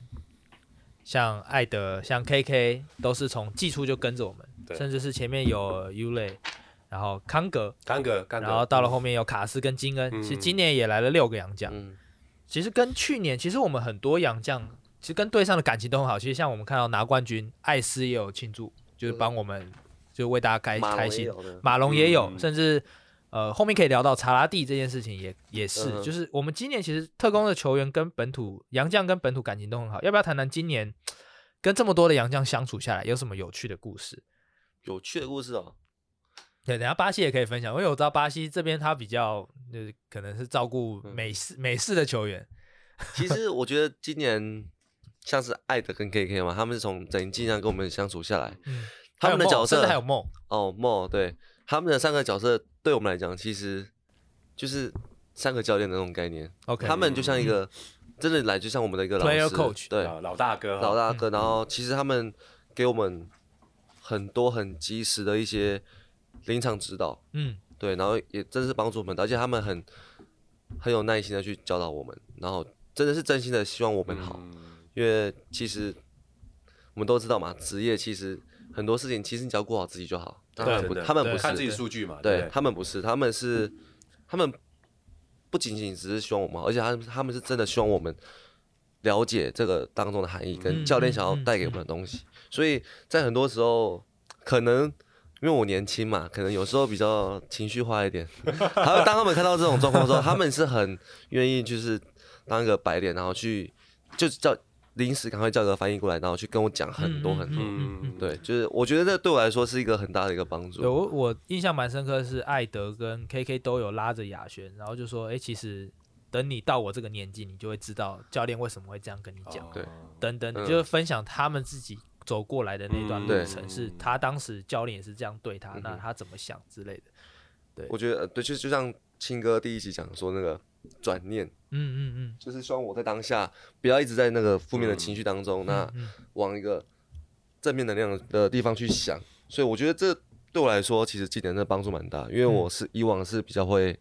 A: 像艾德、像 KK 都是从季初就跟着我们，
B: 对
A: 甚至是前面有 U 类，然后康格，
B: 康哥，康哥，
A: 然后到了后面有卡斯跟金恩，其实
B: 嗯
A: 今年也来了六个洋将。
C: 嗯，
A: 其实跟去年，其实我们很多洋将，其实跟队上的感情都很好。其实像我们看到拿冠军，艾斯也有庆祝，就是帮我们，就为大家开
C: 嗯马
A: 开
C: 龙也
A: 心。
C: 有的，
A: 马龙也有，
B: 嗯
A: 甚至呃后面可以聊到查拉蒂这件事情也也是，
C: 嗯
A: 就是我们今年其实特工的球员跟本土洋将跟本土感情都很好，要不要谈谈今年跟这么多的洋将相处下来有什么有趣的故事？
C: 有趣的故事哦。
A: 对，等一下巴西也可以分享，因
C: 嗯
A: 为我知道巴西这边他比较就是可能是照顾美式、美式的球员，
C: 其实我觉得今年像是艾德跟 KK 嘛，他们是从整季这样跟我们相处下来，
A: 嗯
C: 他
A: 还有
C: 们的
A: 梦
C: 角
A: 甚
C: 色
A: 至还有梦，
C: 哦梦对他们的三个角色对我们来讲，其实就是三个教练的那种概念。
A: OK 嗯
C: 他们就像一个真的来，就像我们的一个老
A: Player
C: 师
A: coach 嗯
C: 对，
B: 啊老大哥哈，
C: 老大哥，然后其实他们给我们很多很及时的一些临场指导，
A: 嗯，
C: 对，然后也真是帮助我们，而且他们很很有耐心的去教导我们，然后真的是真心的希望我们好，
B: 嗯
C: 因为其实我们都知道嘛，职业其实很多事情，其实你只要顾好自己就好，他
B: 对
C: 们不，
B: 真的
C: 他们不
A: 对
B: 看自己
C: 是，
B: 数据嘛，对
C: 对
B: 不对，
C: 他们不是，他们是他们不仅仅只是希望我们好，而且他们他们是真的希望我们了解这个当中的含义，跟
A: 嗯
C: 教练
A: 嗯
C: 想要
A: 嗯
C: 带给我们的东西。所以在很多时候，可能因为我年轻嘛，可能有时候比较情绪化一点。 *laughs* 还有当他们看到这种状况的时候，他们是很愿意就是当一个白脸，然后去就是叫临时赶快叫个翻译过来，然后去跟我讲很多很多。
A: 嗯
B: 嗯，
C: 对，就是我觉得这对我来说是一个很大的一个帮助。
A: 对我我印象蛮深刻的是艾德跟 KK 都有拉着亚轩，然后就说，哎，其实等你到我这个年纪，你就会知道教练为什么会这样跟你讲。
B: 哦
C: 对
A: 等等，
C: 嗯
A: 就是分享他们自己走过来的那段
B: 嗯
A: 路
C: 对嗯
A: 程，是他当时教练也是这样对他，那他怎么想之类的。
C: 我觉得呃对，就就像青哥第一集讲说那个转念，
A: 嗯嗯
C: 就是希望我在当下不要一直在那个负面的情绪当中，那
A: 嗯
C: 往一个正面能量的地方去想。所以我觉得这对我来说，其实技能真的帮助蛮大，因为我是以往是比较会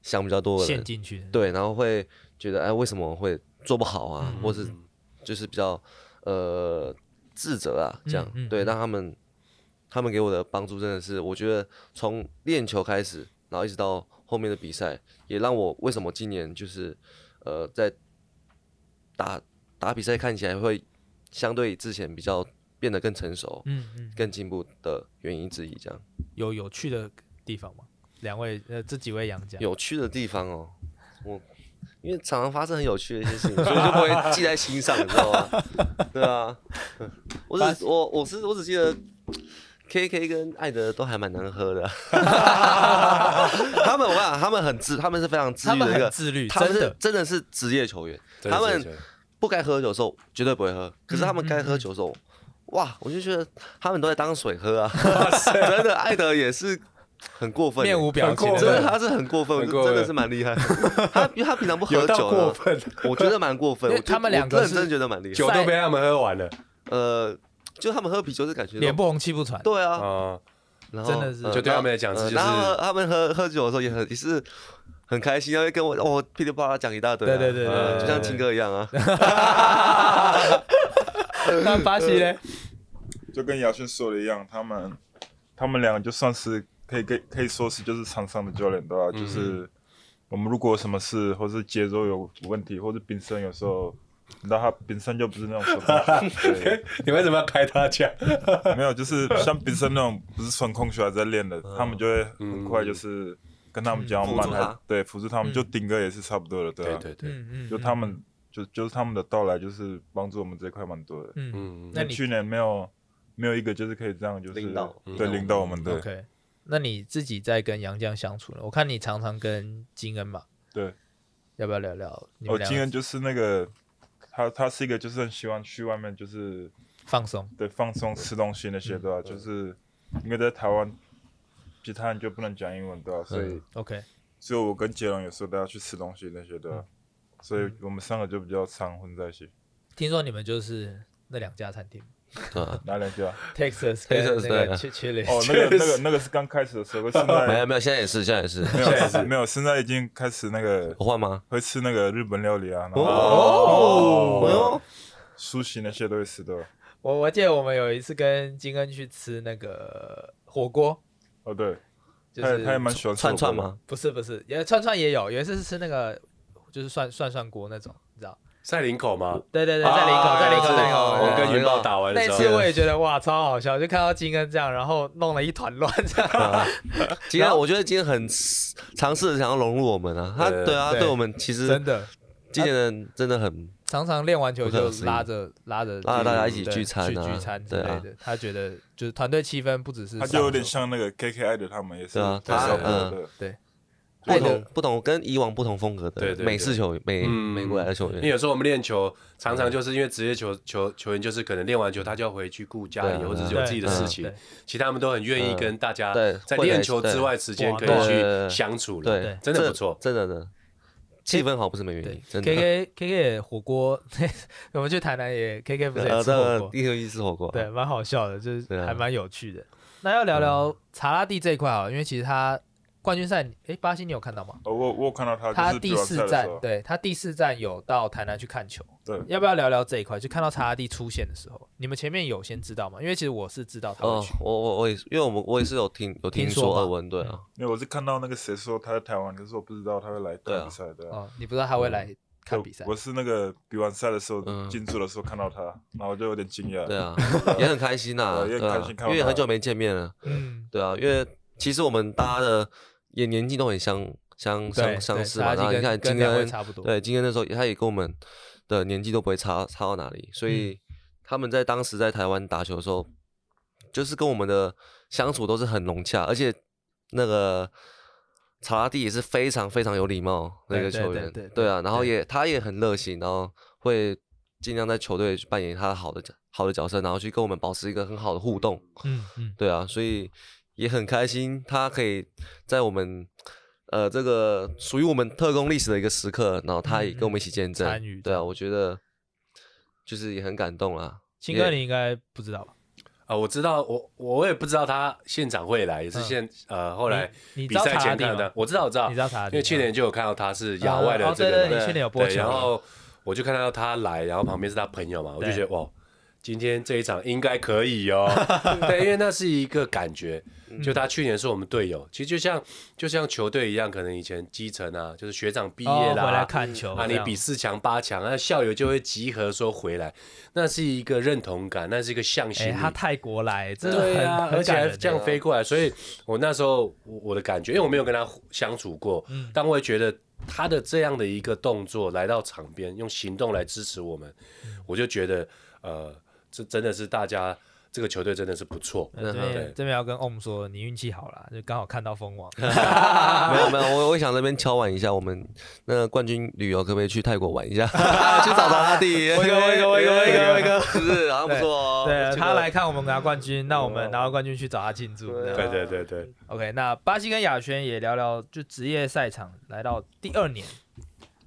C: 想比较多
A: 嗯，
C: 的
A: 陷
C: 人，
A: 进去。
C: 对，然后会觉得哎，为什么会做不好啊，
A: 嗯
C: 或是就是比较呃自责啊，这样、
A: 嗯嗯
C: 对，让他们他们给我的帮助真的是，我觉得从练球开始，然后一直到后面的比赛，也让我为什么今年就是呃在打打比赛看起来会相对之前比较变得更成熟、
A: 嗯嗯，
C: 更进步的原因之一，这样
A: 有有趣的地方吗？两位呃，这几位杨家
C: 有趣的地方哦，我。因为常常发生很有趣的一些事情，所以就不会记在心上，你知道吗？
A: *laughs*
C: 对啊，我只我我是我只记得 K K 跟艾德都还蛮能喝
A: *laughs*
C: 的，他们我看他们很自，他们是非常自
A: 他
C: 律
A: 们
C: 的一
A: 很
C: 个，
A: 自律，
C: 他们
A: 真
C: 是
A: 的。
C: 真的是职业球员，
B: 真的
C: 他们
B: 真的
C: 不该喝酒的时候绝对不会喝，可是
A: 嗯
C: 他们该喝酒的时候，哇，我就觉得他们都在当水喝啊， *laughs* 真的，艾德也是很过分，
A: 面无表情
B: 很过
C: 哦真
B: 分
C: 的他是很过分，
B: 很
C: 我
B: 过
C: 真
B: 分
C: 的是蛮厉害。他因为他平常不喝
B: 有到
C: 酒
B: 过
C: 的， *laughs*
B: 分，
C: 我觉得蛮过分。
A: 因为
C: 我觉得
A: 他们两个
C: 我认
A: 是
C: 真觉得蛮厉害。
B: 酒都被他们喝完了
C: 呃，就他们喝啤酒是感觉
A: 脸不红气不喘，
C: 对啊，
B: 啊，
C: 然后
A: 真的是
C: 呃
B: 就对他们来讲
C: 呃
B: 这就是
C: 然后他们喝喝酒的时候也很也是很开心，然后跟我哦噼里啪啦讲一大堆啊。
A: 对对对对
C: 呃
B: 对
C: 就像青哥一样啊。
A: 那巴西嘞？
D: 就跟亚轩说的一样，他们他们两个就算是可以可以可以说是就是场上的教练对吧？
C: 嗯
D: 就是我们如果有什么事，或是节奏有问题，或是丙生有时候，你知道他丙生就不是那种
C: *laughs*
D: 什么对，
B: 你为什么要开他枪？
D: 没有，就是像丙生那种不是穿空球还在练的，他们就会很快就是跟他们讲
C: 嗯
D: 慢
C: 辅助
D: 还
C: 他
D: 对辅助他们，就顶哥也是差不多的，对
B: 对
D: 吧？
B: 对对，
A: 嗯嗯，
D: 就他们就就是他们的到来就是帮助我们这一块蛮多的。
A: 嗯，
B: 嗯，
A: 那你
D: 去年没有没有一个就是可以这样就是
C: 领导
D: 对领导我们对
A: 嗯 OK。那你自己在跟杨绛相处呢？我看你常常跟金恩嘛，
D: 对。
A: 要不要聊聊？你
D: 哦，
A: 们两
D: 金
A: 个
D: 恩就是那个他他是一个就是很喜欢去外面就是
A: 放松，
D: 对放松吃东西那些对吧、就是因为在台湾，其他人就不能讲英文对吧、所
C: 嗯
D: 以
A: OK，
D: 所以我跟杰龙有时候都要去吃东西那些对吧、所以我们三个就比较常混在一起。
A: 听说你们就是那两家餐厅
C: 对啊
D: 哪两家？
A: ，Texas 跟
C: Texas，
A: 那个
C: 对
A: Chi- Chili，
D: 哦，那个那个那个是刚开始的时候，
C: *laughs*
D: 现
C: 没
D: 在
C: 有没有，现在也是现在也是。
D: 没有没有，现在已经开始那个
C: 我换吗？
D: 会吃那个日本料理啊，然后
A: 哦
C: 哎呦，
D: sushi 那些都会吃对吧？
A: 我我记得我们有一次跟金恩去吃那个火锅，
D: 哦对，
A: 就
D: 他也
A: 是
D: 他也蛮喜欢吃
C: 串串
D: 火锅的
C: *laughs* 吗？
A: 不是不是，也串串也有，有一次是吃那个就是涮涮涮锅那种，你知道？
B: 在林口吗？
A: 对对对，在林口，在林口，
B: 啊是
A: 在林
C: 哦
A: 口。
B: 我
A: 对
B: 跟云豹打完的
A: 那
B: 时候，
A: 次我也觉得哇，超好笑，就看到金恩这样，然后弄了一团乱这样。
C: 啊今天我觉得今天很尝试着想要融入我们啊，他
B: 对
C: 对啊，
A: 对
C: 对我们其
A: *laughs*
C: 实
A: 真的，
C: 今年人真的很
A: 常常练完球
C: 不可
A: 就
C: 思议
A: 拉着拉着
C: 拉着大家一起
A: 对
C: 聚餐啊
A: 去聚餐之
C: 对
A: 类
C: 啊
A: 的。他觉得就是团队气氛不只是
D: 他
A: 上
D: 就有点
A: 手嗯
D: 像那个 KKI 的他们也是，
C: 对啊
D: 对
C: 他
D: 对对
C: 嗯
D: 对
C: 不
B: 不
C: 同
B: 同
C: 不同跟以往不同风格的
B: 对对对
C: 美式球
A: 嗯
C: 员美美国来的球
B: 因
C: 员
B: 为，有时候我们练球，常常就是因为职业球球球员，就是可能练完球他就要回去顾家
C: 对
B: 里，
C: 啊
B: 或者是
A: 对
B: 有自己的
A: 对
B: 事
A: 对
B: 情，其实他们都很愿意
C: 嗯
B: 跟大家
C: 对
B: 在
C: 混在
B: 练
C: 一起
B: 球之
C: 对
B: 外时间
A: 哇
B: 可
A: 对
B: 以
C: 对对
B: 去相处了，
C: 对，
B: 真的不错。
C: 真的真的，气氛好不是没原因， *laughs* 真
A: K
C: 的。
A: K K K 也火锅， *laughs* 我们去台南也
C: *laughs*
A: K K 不是也
C: 呃，
A: 吃
C: 这
A: 火
C: 个
A: 锅，
C: 一六一吃火锅，
A: 对，蛮好笑的，就
C: 对
A: 是
C: 啊嗯
A: 还蛮有趣的。那要聊聊查拉蒂这一块啊，因为其实他冠军赛，诶，巴西你有看到吗？
D: 呃我我有看到他
A: 他
D: 就是
A: 第
D: 比完
A: 四
D: 赛的
A: 站
D: 时，候，
A: 对他第四站有到台南去看球，
D: 对
A: 要不要聊聊这一块？就看到查拉蒂出现的时候，你们前面有先知道吗？因为其实我是知道他会
C: 哦
A: 去，，
C: 我我我也是，因为我们我也是有听有听
A: 听说
C: 说
A: 吧
C: 耳闻，对啊，
D: 因为我是看到那个谁说他在台湾，可是我不知道他会来
C: 对啊
D: 看比赛的。
A: 哦，你不知道他会
B: 嗯
A: 来看比赛
D: 我，我是那个比完赛的时候
C: 嗯
D: 进驻的时候看到他，然后我就有点惊讶。
C: 对
A: 嗯
C: 啊， *laughs* 也很开
B: *laughs*
C: 心呐，
D: 对
C: 对
D: 也很
C: 啊
D: 开心，看
C: 因
D: 到
C: 为
D: 他
C: 很久没见面了，
A: 嗯，
C: 对啊，因为其实我们大家的也年纪都很相相
A: 对，
C: 相相
A: 对
C: 似
A: 查
C: 嘛，
A: 拉
C: 然后
A: 蒂
C: 你看
A: 跟
C: 今
A: 跟两位
C: 天
A: 差不多，
C: 对，今天那时候他也跟我们的年纪都不会差差到哪里，所
A: 嗯
C: 以他们在当时在台湾打球的时候，就是跟我们的相处都是很融洽，而且那个查拉蒂也是非常非常有礼貌的一
A: 对
C: 个
A: 对
C: 球
A: 对
C: 员
A: 对，
C: 对啊，然后
A: 对
C: 也他也很热心，然后会尽量在球队去扮演他好的角好的角色，然后去跟我们保持一个很好的互动，
A: 嗯嗯，
C: 对啊，所以也很开心，他可以在我们呃这个属于我们特工历史的一个时刻，然后他也跟我们一起见证，
A: 参与
C: 对啊，我觉得就是也很感动啊
A: *laughs*
C: 啦。
A: 青哥你应该不知道吧？
B: 啊，我知道，我我也不知道他现场会来，也是
A: 嗯
B: 现呃后来
A: 你你
B: 比
A: 知道
B: 赛
A: 查拉
B: 前
A: 蒂
B: 看
A: 吗
B: 的？，我知道，我知道，
A: 啊你知道查拉
B: 因
A: 蒂？
B: 为去年就有看到他是亚外
A: 嗯
B: 的
A: 哦
B: 这
A: 对
B: 个
A: 对
B: 嘛，
A: 你去年有播
B: 对
A: 球
B: 然后我就看到他来，然后旁边是他朋友嘛，我就
A: 对
B: 觉得哇，今天这一场应该可以哦。
A: *laughs*
B: 对，因为那是一个感觉，
A: 嗯
B: 就他去年是我们队友，其实就像就像球队一样，可能以前基层啊，就是学长
A: 毕
B: 毕业
A: 哦回来
B: 啦。
A: 看球，
B: 啊，
A: 这
B: 你
A: 样
B: 比四强、八强，那校友就会集合说回来，那是一个认同感，那是一个向心
A: 哎，
B: 力。
A: 他泰国来，这
B: 对
A: 很
B: 啊，
A: 很
B: 而且
A: 感
B: 还
A: 人
B: 这样
A: 的哦
B: 飞过来，所以我那时候我我的感觉，因为我没有跟他相处过，
A: 嗯
B: 但我也觉得他的这样的一个动作来到场边，用行动来支持我们，
A: 嗯
B: 我就觉得呃，这真的是大家这个球队真的是不错，
A: 呃这
B: 对
A: 边这边要跟 Om 说，你运气好啦，就刚好看到
B: *laughs*
A: 蜂王。
C: 没有没有，我我想那边敲碗一下，我们那个冠军旅游可不可以去泰国玩一下， *laughs* 去找查拉蒂？威
A: 哥 *laughs* 威哥威哥威
C: *laughs*
A: 哥威
C: 哥，是不是好像不错哦？
A: 对
C: 这
A: 他
C: 个
A: 来看我们拿冠军，那我们拿到冠军去找他庆祝。
C: 对啊
A: 这样
B: 对对对对，
A: OK，那巴西跟亚轩也聊聊，就职业赛场来到第二年，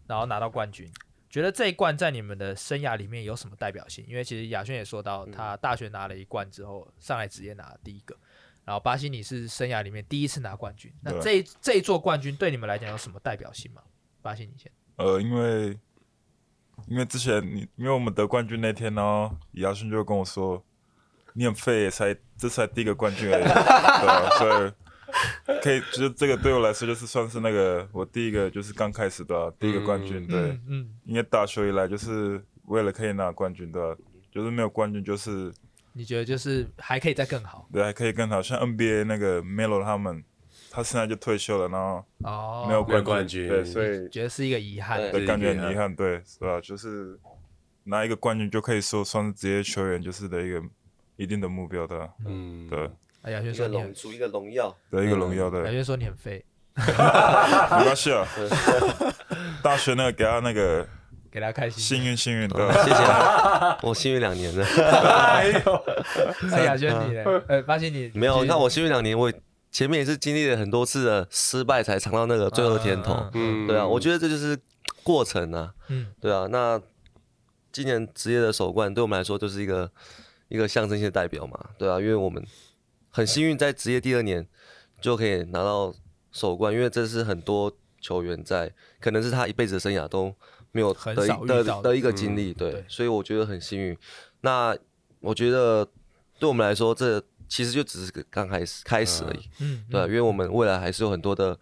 A: 然后拿到冠军，觉得这一冠在你们的生涯里面有什么代表性？因为其实亚轩也说到，他大学拿了一冠之后，上来职业拿了第一个，然后巴西你是生涯里面第一次拿冠军，那
D: 对
A: 这一这一座冠军对你们来讲有什么代表性吗？巴西你先，
D: 呃，因为因为之前你因为我们得冠军那天，然后李亚轩就跟我说：“你很废，才这才第一个冠军而已。” *laughs* 对啊，所以可以，就是这个对我来说就是算是那个我第一个就是刚开始的啊、第一个冠军。对，
A: 嗯嗯，
D: 因为打球以来就是为了可以拿冠军的啊、就是没有冠军就是
A: 你觉得就是还可以再更好
D: 对，还可以更好。像 NBA 那个 Melo 他们，他现在就退休了，然后
A: 哦？
D: 没有
B: 没有
D: 冠
B: 冠军
D: 对，所以
A: 觉得是一个啊遗憾。
C: 对
D: 对，感觉很
B: 憾。
D: 遗憾，对，是吧？就是拿一个冠军就可以说算是职业球员就是的一个一定的目标的，
B: 嗯，
D: 对
A: 啊，亚轩
C: 一个
A: 说你很
C: 荣，属于一个
A: *laughs*
C: 荣耀，
D: 的一个荣耀的，
A: 亚
D: 没
A: 轩说你很废，
D: 关
C: *laughs*
D: 系啊。大学那个给他那个
A: 给他开心。
D: 幸运幸运的，
C: 谢谢啊，我幸运两年了。
B: 哎呦，
A: 那亚轩你呢？呃，发现你
C: 没有，
A: 你
C: 那我幸运两年，我前面也是经历了很多次的失败，才尝到那个最后的甜头。
A: 嗯
B: 嗯
C: 对啊，我觉得这就是过程啊。
A: 嗯
C: 对啊，那今年职业的首冠对我们来说就是一个一个象征性的代表嘛。对啊，因为我们很幸运在职业第二年就可以拿到首冠，因为这是很多球员在可能是他一辈子的生涯都没有
A: 很
C: 的
A: 少
C: 一
A: 遇
C: 的
A: 到的
C: 的一个经历。对
A: 对，
C: 所以我觉得很幸运。那我觉得对我们来说，这其实就只是个刚开始开始而已。
A: 嗯，
C: 对啊，因为我们未来还是有很多的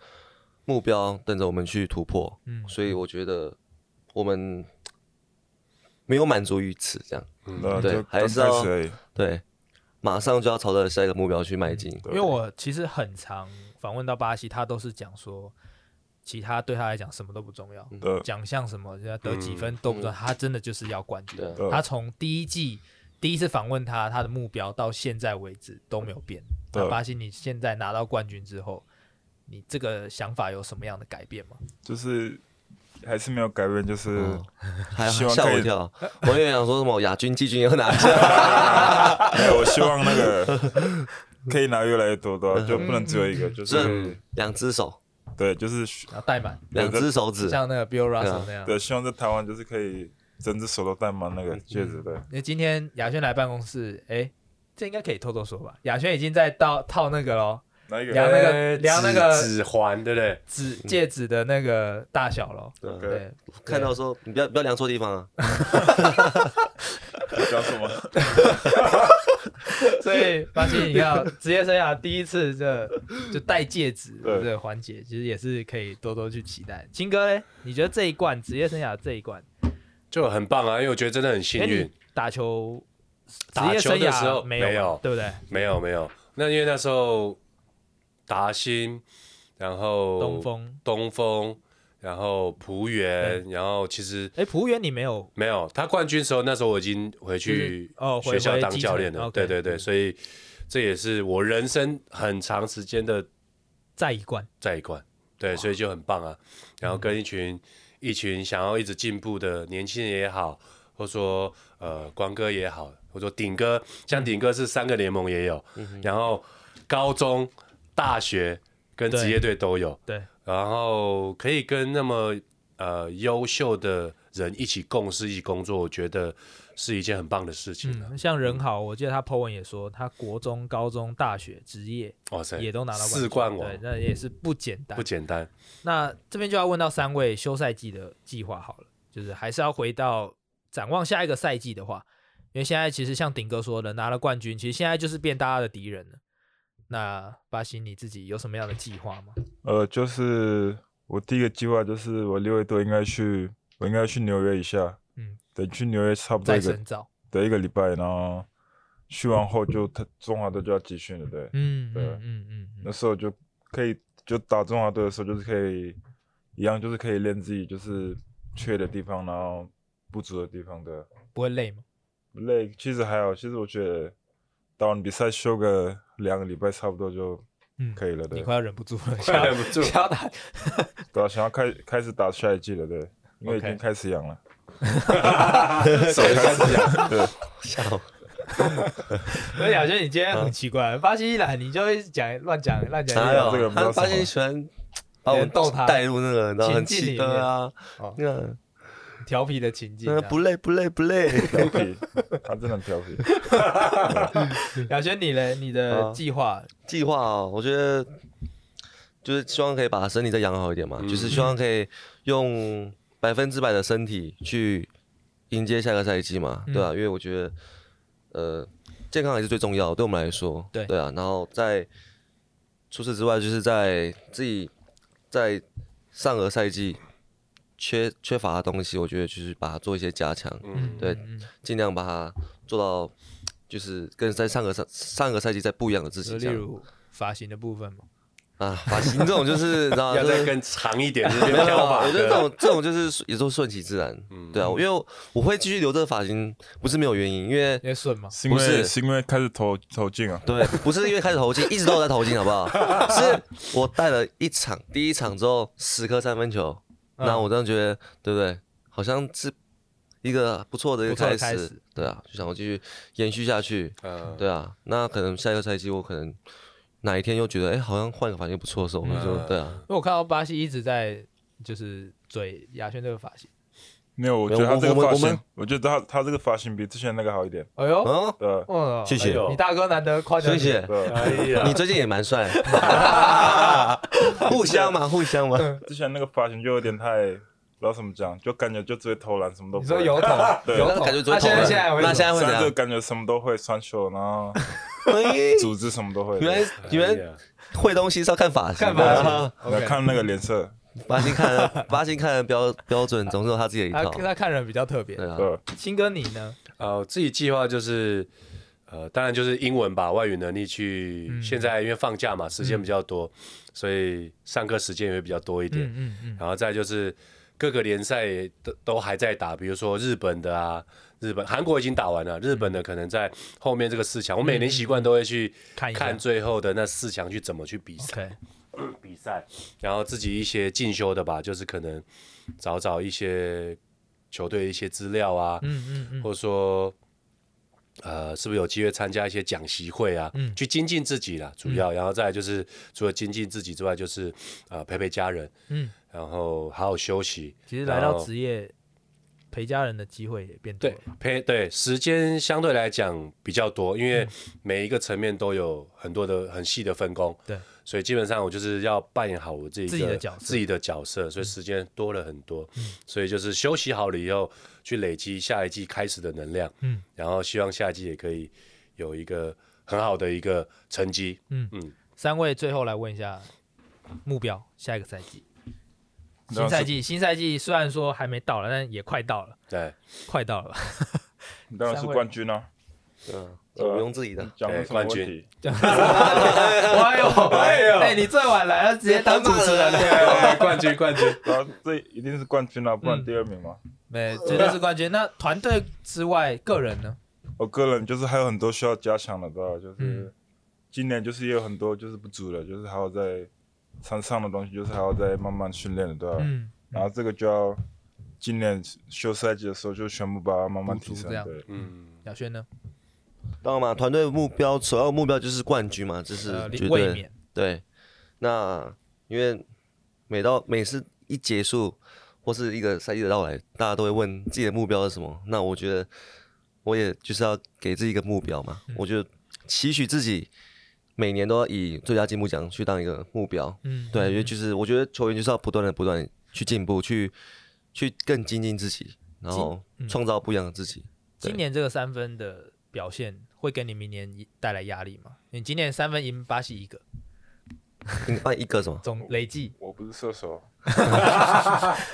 C: 目标等着我们去突破，
A: 嗯
C: 所以我觉得我们没有满足于此，这样
D: *laughs*
B: 嗯
D: 对，啊
C: 对
D: 就刚
C: 还
D: 开
C: 是要
D: 始而已。
C: 对，马上就要朝着下一个目标去迈进。
A: 因为我其实很常访问到巴西，他都是讲说，其他对他来讲什么都不重要，
D: 对啊
A: 奖项什么人家得几分都不重要，他真的就是要冠军
C: 对啊。
D: 对嗯
A: 他从第一季第一次访问他，他的目标到现在为止都没有变。
D: 对
A: 那巴西，你现在拿到冠军之后，你这个想法有什么样的改变吗？
D: 就是还是没有改变，就是、
C: 嗯还
D: 希望
C: 吓
D: 可以
C: 我一跳，我以为想说什么亚军、季军要拿下，
D: 没有，我希望那个可以拿越来越多的，就不能只有一个，就是
B: 嗯
C: 这两只手，
D: 对，就是
A: 然后带满，
D: 有
C: 两
D: 个
C: 只
A: *laughs*
C: 手指，
A: 像那个 Bill Russell 那样。
D: 对，希望在台湾就是可以整只手都戴满那个戒指的。
A: 因为今天雅轩来办公室，哎，这应该可以偷偷说吧？雅轩已经在套套那个咯，
D: 哪一
A: 两
D: 个？
A: 那个
B: 哎
A: 量那个
B: 指指环，对不对？
A: 指戒指的那个大小咯。
C: 对
A: 对，
C: 看到说你不要不要量错地方啊，
D: 讲什么？
A: 所以巴西，你看职业生涯第一次这就戴戒指
D: 对
A: 这个环节，其实也是可以多多去期待。青哥嘞，你觉得这一冠职业生涯这一冠，
B: 就很棒啊，因为我觉得真的很幸
A: 哎
B: 运
A: 你。打球职
B: 打
A: 业
B: 球
A: 生
B: 的时候
A: 涯没有嘛
B: 没有
A: 对不对？
B: 没有没有，那因为那时候达兴，然后
A: 东风，
B: 东风，然后浦原，然后其实
A: 哎，朴元你没有
B: 没有他冠军时候，那时候我已经回去
A: 就是哦回
B: 学校
A: 回
B: 当
A: 基
B: 教
A: 层
B: 练了，
A: ，OK
B: 对对对，所以这也是我人生很长时间的
A: 再一冠，
B: 在一冠，对，所以就很棒啊。然后跟一
A: 嗯
B: 群、一群想要一直进步的年轻人也好，或说呃光哥也好，或者说顶哥，
A: 嗯
B: 像顶哥是三个联盟也有，然后高中、大学跟
A: 对
B: 职业队都有，
A: 对，
B: 然后可以跟那么呃优秀的人一起共事、一起工作，我觉得是一件很棒的事情啊。
A: 嗯，像人好，我记得他 po 文也说，他国中、高中、大学、职业
B: 哇塞，
A: 也都拿到
B: 四
A: 冠
B: 冠
A: 军
B: 王
A: 对，，那也是不简单
B: 不。简单。
A: 那这边就要问到三位休赛季的计划好了，就是还是要回到展望下一个赛季的话，因为现在其实像顶哥说的，拿了冠军，其实现在就是变大家的敌人了。那巴西你自己有什么样的计划吗？
D: 呃，就是我第一个计划就是我六月多应该去，我应该去纽约一下，
A: 嗯，
D: 等去纽约差不多
A: 再
D: 一个
A: 深造，
D: 的一个礼拜，然后去完后就他中华队就要集训了，对，
A: 嗯
D: 对
A: 嗯嗯嗯嗯，
D: 那时候就可以就打中华队的时候就是可以一样就是可以练自己就是缺的地方，然后不足的地方的。
A: 不会累吗？
D: 累其实还好，其实我觉得打完比赛休个两个礼拜差不多就
A: 嗯，
D: 可以了，
A: 你
D: 对。啊
A: 快要忍不住了，
B: 快忍不住
A: 想要打
D: 对啊，想要开开始打下一季了，对，因为已
A: OK
D: 经开始痒了。
B: 手
A: *laughs*
B: 开始讲，
D: *laughs* 对，
C: 吓我，
A: 所以雅轩，你今天很奇怪，巴西一来你就会讲乱讲乱讲一
C: 哪
A: 些，
D: 有这个
C: 有？
D: 不知道
C: 他
D: 什
C: 发
D: 么
C: 现喜欢把我
A: 啊逗他
C: 带入那个，然后很
A: 情境里面
C: 气对啊
A: 哦，
C: 那个
A: 调皮的情境啊
C: 那个。不累不累不累，
D: 调皮，他真的很调皮。
A: 雅轩，你嘞，你的
C: 啊
A: 计划，
C: 计划哦，我觉得就是希望可以把身体再养好一点嘛，就是希望可以用百分之百的身体去迎接下个赛季嘛，
A: 嗯
C: 对吧、啊因为我觉得，呃，健康还是最重要的，对我们来说，
A: 对
C: 对啊。然后在除此之外，就是在自己在上个赛季缺缺乏的东西，我觉得就是把它做一些加强，
A: 嗯，
C: 对
A: 嗯，
C: 尽量把它做到。就是跟在上个赛上个赛季在不一样的自
A: 就
C: 己，
A: 例
C: 这样。
A: 如发型的部分嘛，
C: 啊，发型啊这种就是，你 *laughs* 知道吗？
B: 要
C: 就
B: 再
C: 是
B: 更长一点，这
C: 没
B: 边
C: 有，
B: 挑法嗯
C: 我觉得这
B: 的。
C: 种这种就是也都顺其自然，对啊，因为我我会继续留这个发型不是没有原因，因为
A: 因为顺嘛，
D: 是因
C: 不
D: 为
C: 是
D: 是因为开始投投进啊，
C: 对，不是因为开始投进，一直都有在投进，好不好？是我带了一场，第一场之后十颗三分球，
A: 嗯
C: 那我真的觉得，对不对？好像是一个不错的一个
A: 不错的
C: 开
A: 开
C: 始
A: 始，
C: 对啊，就想我继续延续下去，
B: 嗯，
C: 对啊，那可能下一个赛季我可能哪一天又觉得，哎，好像换个发型不错的时候，我就
B: 嗯
C: 对啊，
A: 因为我看到巴西一直在就是嘴雅轩这个发型，
D: 没有，我
C: 没
D: 觉
C: 有
D: 得他这个
C: 我们
D: 发
C: 我
D: 型
C: 们，
D: 我觉得他他这个发型比之前那个好一点。
A: 哎呦，
C: 嗯，
D: 对啊，
A: 哇，
C: 谢谢
B: 哎呦
A: 你大哥难得夸奖
C: 谢
A: 你，
C: 谢。
D: 对
B: *laughs*
D: 啊，
B: 哎呀，
C: 你最近也
A: *laughs*
C: 蛮帅，互相嘛，互相嘛。
A: 嗯
D: 之前那个发型就有点太，不知道怎么讲，就感觉就只会投篮，什么都
A: 你
D: 不
A: 说
D: 会。
A: 油桶，
D: 对
A: 油
C: 那
A: 桶，
C: 感觉最
A: 那现在
C: 痛
A: 现在
C: 了
A: 为
C: 那
A: 什
C: 现
A: 么
C: 在会
D: 现
C: 怎
D: 在就
C: 样？
D: 感觉什么都会，穿球，然后
C: 哎
D: 组织什么都会。
C: 原来原来
B: 哎呀
C: 会东西是要看发型，
A: 看发型
C: 啊
D: 对
A: ？OK，
D: 看那个脸色，
C: 巴金看的巴金看的标标准，总是有他自己的一
A: 他
C: 套。
A: 啊他看人比较特别
C: 对。啊，
D: 对，
A: 青哥你呢？
B: 呃，我自己计划就是，呃，当然就是英文吧，外语能力去。
A: 嗯
B: 现在因为放假嘛，时间比较多，所以上课时间也会比较多一点。
A: 嗯嗯
B: 然后再就是各个联赛也都都还在打，比如说日本的啊，日本、韩国已经打完了，日本的可能在后面这个四强。我每年习惯都会去
A: 看一下
B: 看最后的那四强去怎么去比赛。
A: ，OK，
B: 比赛，然后自己一些进修的吧，就是可能找找一些球队的一些资料啊，
A: 嗯嗯嗯，
B: 或者说，呃，是不是有机会参加一些讲习会啊？
A: 嗯
B: 去精进自己啦，主要，然后再来就是除了精进自己之外，就是呃陪陪家人，
A: 嗯，
B: 然后好好休息。
A: 其实来到
B: 然后
A: 职业，陪家人的机会也变多
B: 对
A: 了。
B: 陪对时间相对来讲比较多，因为每一个层面都有很多的很细的分工，
A: 对，
B: 所以基本上我就是要扮演好我这一个
A: 自己的角色嗯
B: 自己的角色，所以时间多了很多，所以就是休息好了以后，去累积下一季开始的能量，
A: 嗯，
B: 然后希望下一季也可以有一个很好的一个成绩，
A: 三位最后来问一下目标，下一个赛季，
D: 那
A: 新赛
D: 是
A: 季，新赛季虽然说还没到了，但也快到了，
B: 对，
A: 快到了。
D: 你当然是
A: 三位
D: 冠军啊，
C: 对啊，这毋庸置疑的。
D: 讲
B: 对
D: 有什么问
B: 冠军
D: 题？
A: 哎呦，哎呦，哎，你最晚来了，直接当主持人了。
C: 哎
B: 对冠军冠军，
D: 对啊，这一定是冠军啊，不然第二名嘛。
A: 没，绝对是冠军。那团队之外，个人呢？
D: 我个人就是还有很多需要加强的，对吧？就
A: 嗯
D: 是今年就是也有很多就是不足的，就是还要在场上的东西，就是还要再慢慢训练的，对吧？
A: 嗯，
D: 然后这个就要今年休赛季的时候就全部把它慢慢提
A: 补足
D: 升
A: 这样，
D: 对，
B: 嗯。
A: 小轩呢？
C: 当然嘛，团队目标首要目标就是冠军嘛，这是
A: 呃，
C: 绝
A: 卫
C: 对
A: 冕。
C: 对。那因为每到每次一结束或是一个赛季的到来，大家都会问自己的目标是什么。那我觉得我也就是要给自己一个目标嘛，
A: 嗯
C: 我觉得期许自己每年都要以最佳进步奖去当一个目标。
A: 嗯，
C: 对，因为就是我觉得球员就是要不断的不断地去进步，去去更精进自己，然后
A: 嗯
C: 创造不一样的自己。
A: 今年这个三分的表现会给你明年带来压力吗？你今年三分赢巴西一个，
C: 你办一个什么？
A: 总累计
D: 我不是射手，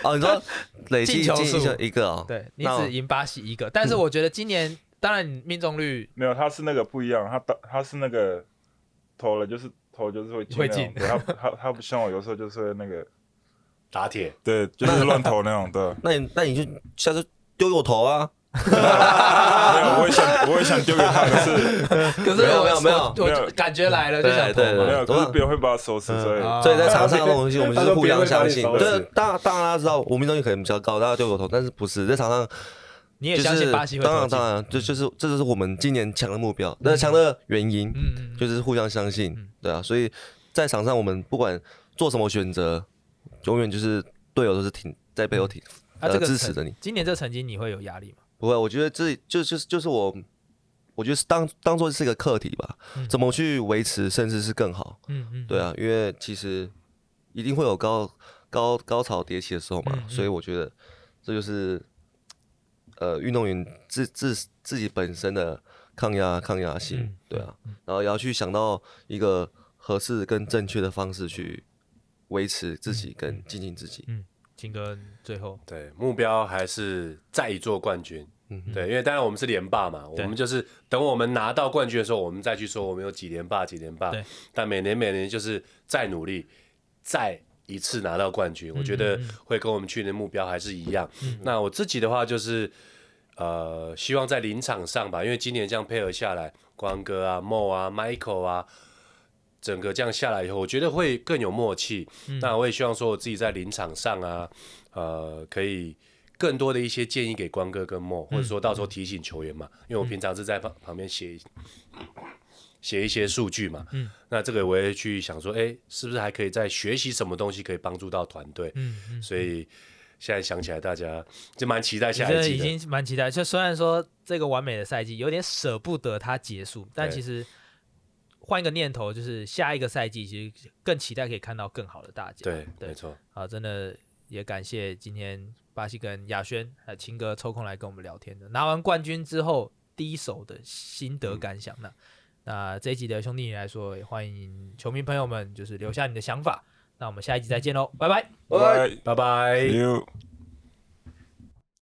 C: 哦，你
A: *laughs*
C: 说累计
A: 进球
C: 进
A: 数
C: 球一个哦，
A: 对你
C: 那
A: 只赢巴西一个，但是我觉得今年当然你命中率
D: 没有，他是那个不一样，他打他是那个投了就是投就是会进那
A: 会进
D: 种，对他他他不像我有时候就是会那个
B: 打铁，
D: 对就是乱投那种，对。
C: 那你那你就下次丢给我投啊！
D: 没有，我也想，我也想丢给他，可是
A: 可是
C: *laughs* 没有
A: 我
C: 没有没有
A: *laughs* 我
D: 没有
A: 我感觉来了就想投
C: 对对嗯
D: 没
A: 嘛
D: 有，可是别人会把他手死，所以
A: 啊
C: 所以在场上的
B: *laughs*
C: 东西，我们就是互相相信。
B: 他说别人
C: 对，大大家知道我命中率可能比较高，大家丢给我投，但是不是在场上
A: 你也
C: 就
A: 相信
C: 是
A: 巴西会
C: 当
A: 投
C: 然
A: 进嗯
C: 当然，这就是这就是我们今年强的目标，那强的原因
A: 嗯嗯，嗯
C: 就是互相相信
A: 嗯，
C: 对啊，所以在场上我们不管做什么选择，永远就是队友都是挺在背后挺
A: 啊
C: 呃
A: 这个
C: 支
A: 成
C: 持着你。
A: 今年这成绩你会有压力吗？
C: 不会，我觉得这就就是就是我，我觉得是当当做是一个课题吧，怎么去维持，甚至是更好。
A: 嗯嗯，
C: 对啊，因为其实一定会有高高高潮迭起的时候嘛，
A: 嗯嗯
C: 所以我觉得这就是呃运动员自自自己本身的抗压抗压性，
A: 嗯
C: 对啊，然后也要去想到一个合适跟正确的方式去维持自
A: 嗯
C: 己跟精进自己。
A: 金哥最后
B: 对，目标还是再做冠军。对，因为当然我们是连霸嘛，我
A: 嗯对
B: 们就是等我们拿到冠军的时候，我们再去说我们有几连霸几连霸
A: 对。
B: 但每年每年就是再努力，再一次拿到冠军，我觉
A: 嗯
B: 得会跟我们去年目标还是一样。那我自己的话就是，呃，希望在临场上吧，因为今年这样配合下来，光哥啊、莫啊、Michael 啊，整个这样下来以后，我觉得会更有默契。
A: 嗯
B: 那我也希望说我自己在临场上啊，呃，可以更多的一些建议给光哥跟
A: 嗯
B: 莫，或者说到时候提醒球员嘛，因为我平常是在旁旁边写写一些数据嘛，
A: 嗯
B: 那这个我也去想说，哎、是不是还可以再学习什么东西可以帮助到团队？
A: 嗯嗯，
B: 所以现在想起来，大家就蛮期待
A: 其
B: 下一
A: 实已
B: 季的。
A: 经蛮期待。就虽然说这个完美的赛季有点舍不得它结束，但
B: 对
A: 其实换一个念头，就是下一个赛季其实更期待可以看到更好的大家。
B: 对，
A: 对
B: 没错，
A: 啊，真的也感谢今天巴西跟亚轩还有青哥抽空来跟我们聊天的。拿完冠军之后，第一手的心得感想呢？那这一集的兄弟你来说，也欢迎球迷朋友们就是留下你的想法。那我们下一集再见喽，拜拜。
D: 拜
B: 拜拜。
D: 拜。